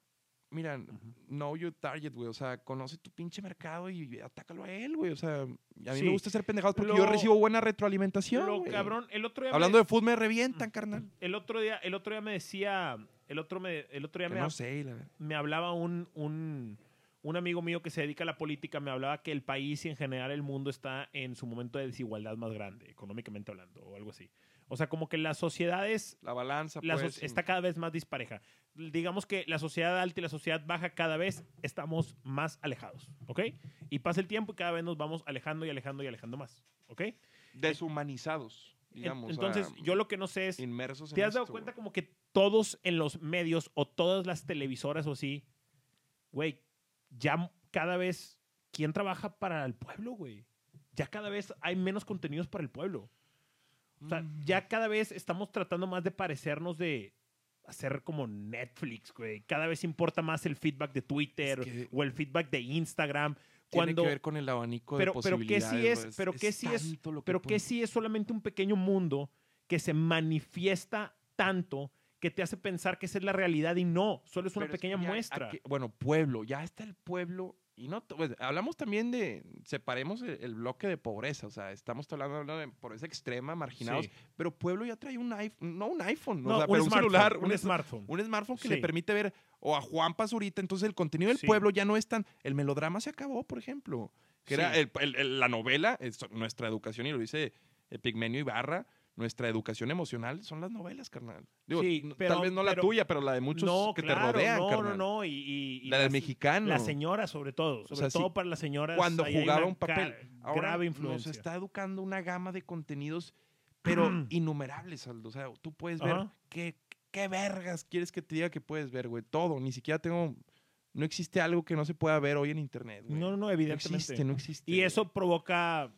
mira, know your target, güey. O sea, conoce tu pinche mercado y atácalo a él, güey. O sea, a mí Sí. me gusta ser pendejados porque Lo- yo recibo buena retroalimentación. Lo güey. cabrón, el otro día me- Hablando de fútbol, me revientan, carnal. El otro día, el otro día me decía, el otro me, el otro día Que me, no sé, la verdad. me hablaba un, un, un amigo mío que se dedica a la política, me hablaba que el país y en general el mundo está en su momento de desigualdad más grande, económicamente hablando, o algo así. O sea, como que las sociedades La balanza, la so- pues. sí. está cada vez más dispareja. Digamos que la sociedad alta y la sociedad baja cada vez estamos más alejados, ¿ok? Y pasa el tiempo y cada vez nos vamos alejando y alejando y alejando más, ¿ok? En- Deshumanizados, digamos. o sea, Entonces, yo lo que no sé es... Inmersos en ¿Te has dado esto, cuenta güey. como que todos en los medios o todas las televisoras o así, güey, ya m- cada vez, ¿quién trabaja para el pueblo, güey? Ya cada vez hay menos contenidos para el pueblo. O sea, Mm. ya cada vez estamos tratando más de parecernos de hacer como Netflix, güey. Cada vez importa más el feedback de Twitter Es que- o el feedback de Instagram. Tiene Cuando, que ver con el abanico pero- de pero ¿qué posibilidades. sí es- güey. pero qué sí es- tanto lo que pero puede- que sí es solamente un pequeño mundo que se manifiesta tanto que te hace pensar que esa es la realidad y no, solo es una pero pequeña que ya muestra. aquí- bueno, pueblo, ya está el pueblo. Y no, to- pues, hablamos también de, separemos el, el bloque de pobreza, o sea, estamos hablando, hablando de pobreza extrema, marginados, Sí. pero pueblo ya trae un iPhone, no un iPhone, No, o sea, un, pero un smartphone, celular, un, un, es- smartphone. un smartphone que le Sí. permite ver o a Juan Pazurita, entonces el contenido del Sí. pueblo ya no es tan, el melodrama se acabó, por ejemplo, que era Sí. el- el- el- la novela, es nuestra educación, y lo dice eh, Pigmenio Ibarra, nuestra educación emocional son las novelas, carnal. Digo, Sí, n- pero- tal vez no la pero- tuya, pero la de muchos no, que claro, te rodean, no, carnal. no, no, y, y- y La del las- mexicano. La señora, sobre todo. Sobre sea, sí, todo para las señoras. cuando ahí hay jugaba una un papel. ca- Ahora grave nos influencia. está educando una gama de contenidos, pero innumerables, Aldo. O sea, tú puedes ver Ajá. qué, qué vergas quieres que te diga que puedes ver, güey. Todo. Ni siquiera tengo... No existe algo que no se pueda ver hoy en internet, güey. No, no, no, No evidentemente. existe, no existe. Y güey. eso provoca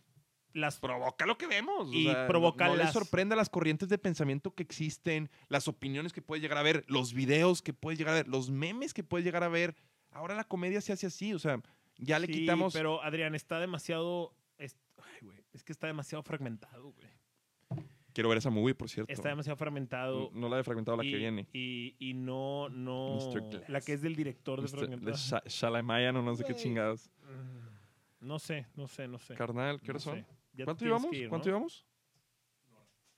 las... provoca lo que vemos. Y o sea, no- provoca no, les las- sorprenda las corrientes de pensamiento que existen, las opiniones que puedes llegar a ver, los videos que puedes llegar a ver, los memes que puedes llegar a ver. Ahora la comedia se hace así, o sea, ya le Sí, quitamos. pero Adrián, está demasiado... Es, ay, güey, es que está demasiado fragmentado, güey. Quiero ver esa movie, por cierto. Está demasiado fragmentado. No no la he fragmentado la y, que viene. Y, y no, no. Mr. Glass. La que es del director de Este, Fragmentado. de Sha- Shalamayan o no sé qué Güey. chingados. Mm, No sé, no sé, no sé. Carnal, ¿qué No horas sé. son? Ya te ¿Cuánto tienes llevamos? que ir, ¿Cuánto ¿no? llevamos?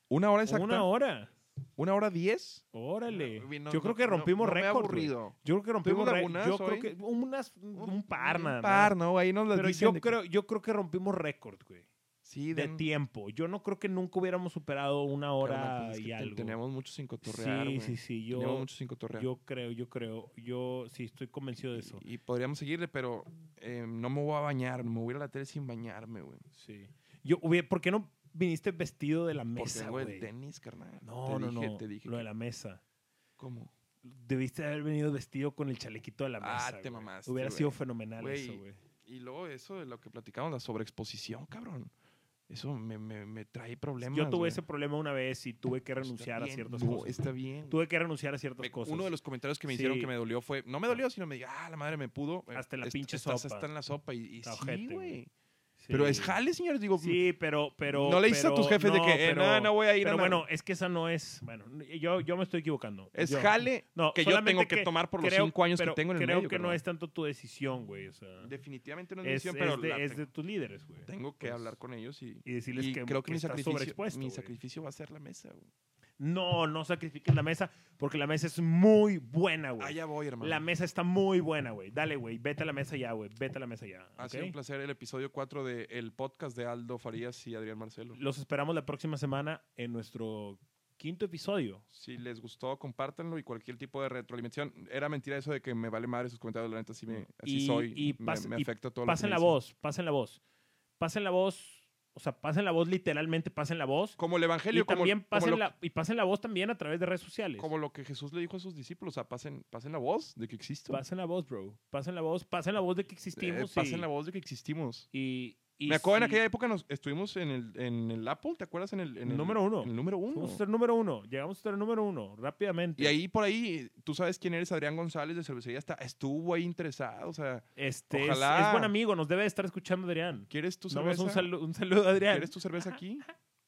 ¿Una hora exacta? Una hora. ¿Una hora diez? Órale. No, no, Yo creo que no, rompimos no me he récord. güey. aburrido. Yo creo que rompimos ¿Tuvimos récord. algunas Yo creo hoy? que unas, un par, nada Un más. par, ¿no? Ahí nos las Pero dicen yo de- creo, yo creo que rompimos récord, güey. sí, De den- tiempo. Yo no creo que nunca hubiéramos superado una Carnal, hora pues es que y te- algo. Teníamos mucho sin cotorrear. sí, güey. sí, sí. teníamos Yo, mucho sin cotorrear. yo creo, yo creo. Yo sí estoy convencido de eso. Y, y podríamos seguirle, pero eh, no me voy a bañar. Me voy a ir a la tele sin bañarme, güey. Sí. Yo, hubie- ¿Por qué no viniste vestido de la Porque mesa, tengo el güey? tenis, carnal. No, te no, dije, no. Te dije. Lo que- de la mesa. ¿Cómo? Debiste haber venido vestido con el chalequito de la Ah, mesa. te güey. mamaste, Hubiera güey. sido fenomenal Güey, eso, güey. Y luego eso de lo que platicamos, la sobreexposición, cabrón. Eso me, me- me trae problemas. Yo tuve güey. ese problema una vez y tuve que Está renunciar a bien, ciertas no, cosas. Está bien. Tuve que renunciar a ciertas Me- cosas. Uno de los comentarios que me hicieron Sí. que me dolió fue, no me dolió, sino me diga, ah, la madre me pudo. eh, Hasta la est- pinche estás- sopa. Está en la sopa. Y, y Está sí, ojete, güey. güey. Sí. Pero es jale, señores. Digo, Sí, pero, pero. no le dices a pero- tus jefes de no, que, eh, pero- no, no voy a ir Pero a nada". bueno, es que esa no es. Bueno, yo, yo me estoy equivocando. Es Yo- jale No, que yo tengo solamente que, tomar por los creo- cinco años que pero tengo en el Creo medio. que no carnal. es tanto tu decisión, güey. O sea, Definitivamente no es, mi es, decisión, es pero de, la es de tengo, tus líderes, güey. tengo que Pues, hablar con ellos y, Y decirles y que creo que, mi, estás sacrificio, sobreexpuesto, mi güey. sacrificio va a ser la mesa. güey. no, no sacrifiques la mesa, porque la mesa es muy buena, güey. Allá voy, hermano. La mesa está muy buena, güey. Dale, güey. Vete a la mesa ya, güey. Vete a la mesa ya. Ha ¿ok? sido un placer el episodio 4 del podcast de Aldo Farías y Adrián Marcelo. Los esperamos la próxima semana en nuestro quinto episodio. Si les gustó, compártanlo y cualquier tipo de retroalimentación. Era mentira eso de que me vale madre sus comentarios, la neta, sí me, así Y- soy. y me- pas- me, y afecta todo lo que Pasen me la dicen. voz, pasen la voz. Pasen la voz, o sea, pasen la voz literalmente, pasen la voz. Como el evangelio, Y como, también como pasen lo, la, y pasen la voz también a través de redes sociales. como lo que Jesús le dijo a sus discípulos. O sea, pasen, pasen la voz de que existo. Pasen la voz, bro. Pasen la voz, pasen la voz de que Eh, existimos. y- pasen la voz de que existimos. Y, y me acuerdo en si- aquella época nos estuvimos en el, en el Apple, ¿te acuerdas? En el, en el- Número uno. en el número uno. Fuimos a ser número uno. Llegamos a ser número uno rápidamente. Y ahí por ahí, tú sabes quién eres, Adrián González de Cervecería, está, estuvo ahí interesado. O sea, este, es- Ojalá. Es, buen amigo, nos debe de estar escuchando, Adrián. ¿quieres tu Damos cerveza? pues, un, salu- un saludo, Adrián. ¿Quieres tu cerveza aquí?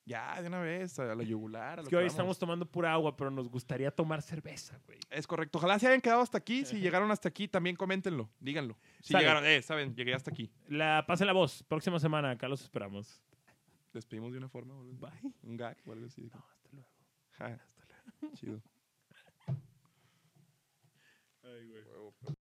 Ya, de una vez, a la yugular. a Es lo que hoy vamos. estamos tomando pura agua, pero nos gustaría tomar cerveza, güey. Es correcto. Ojalá se hayan quedado hasta aquí. Si llegaron hasta aquí, también coméntenlo. Díganlo. Si Sale. llegaron, eh, saben, llegué hasta aquí. La, pasen la voz. Próxima semana, acá los esperamos. Despedimos de una forma. o algo así. Bye. Un gag o algo así. No, hasta luego. Ja, Chido. Ay, güey.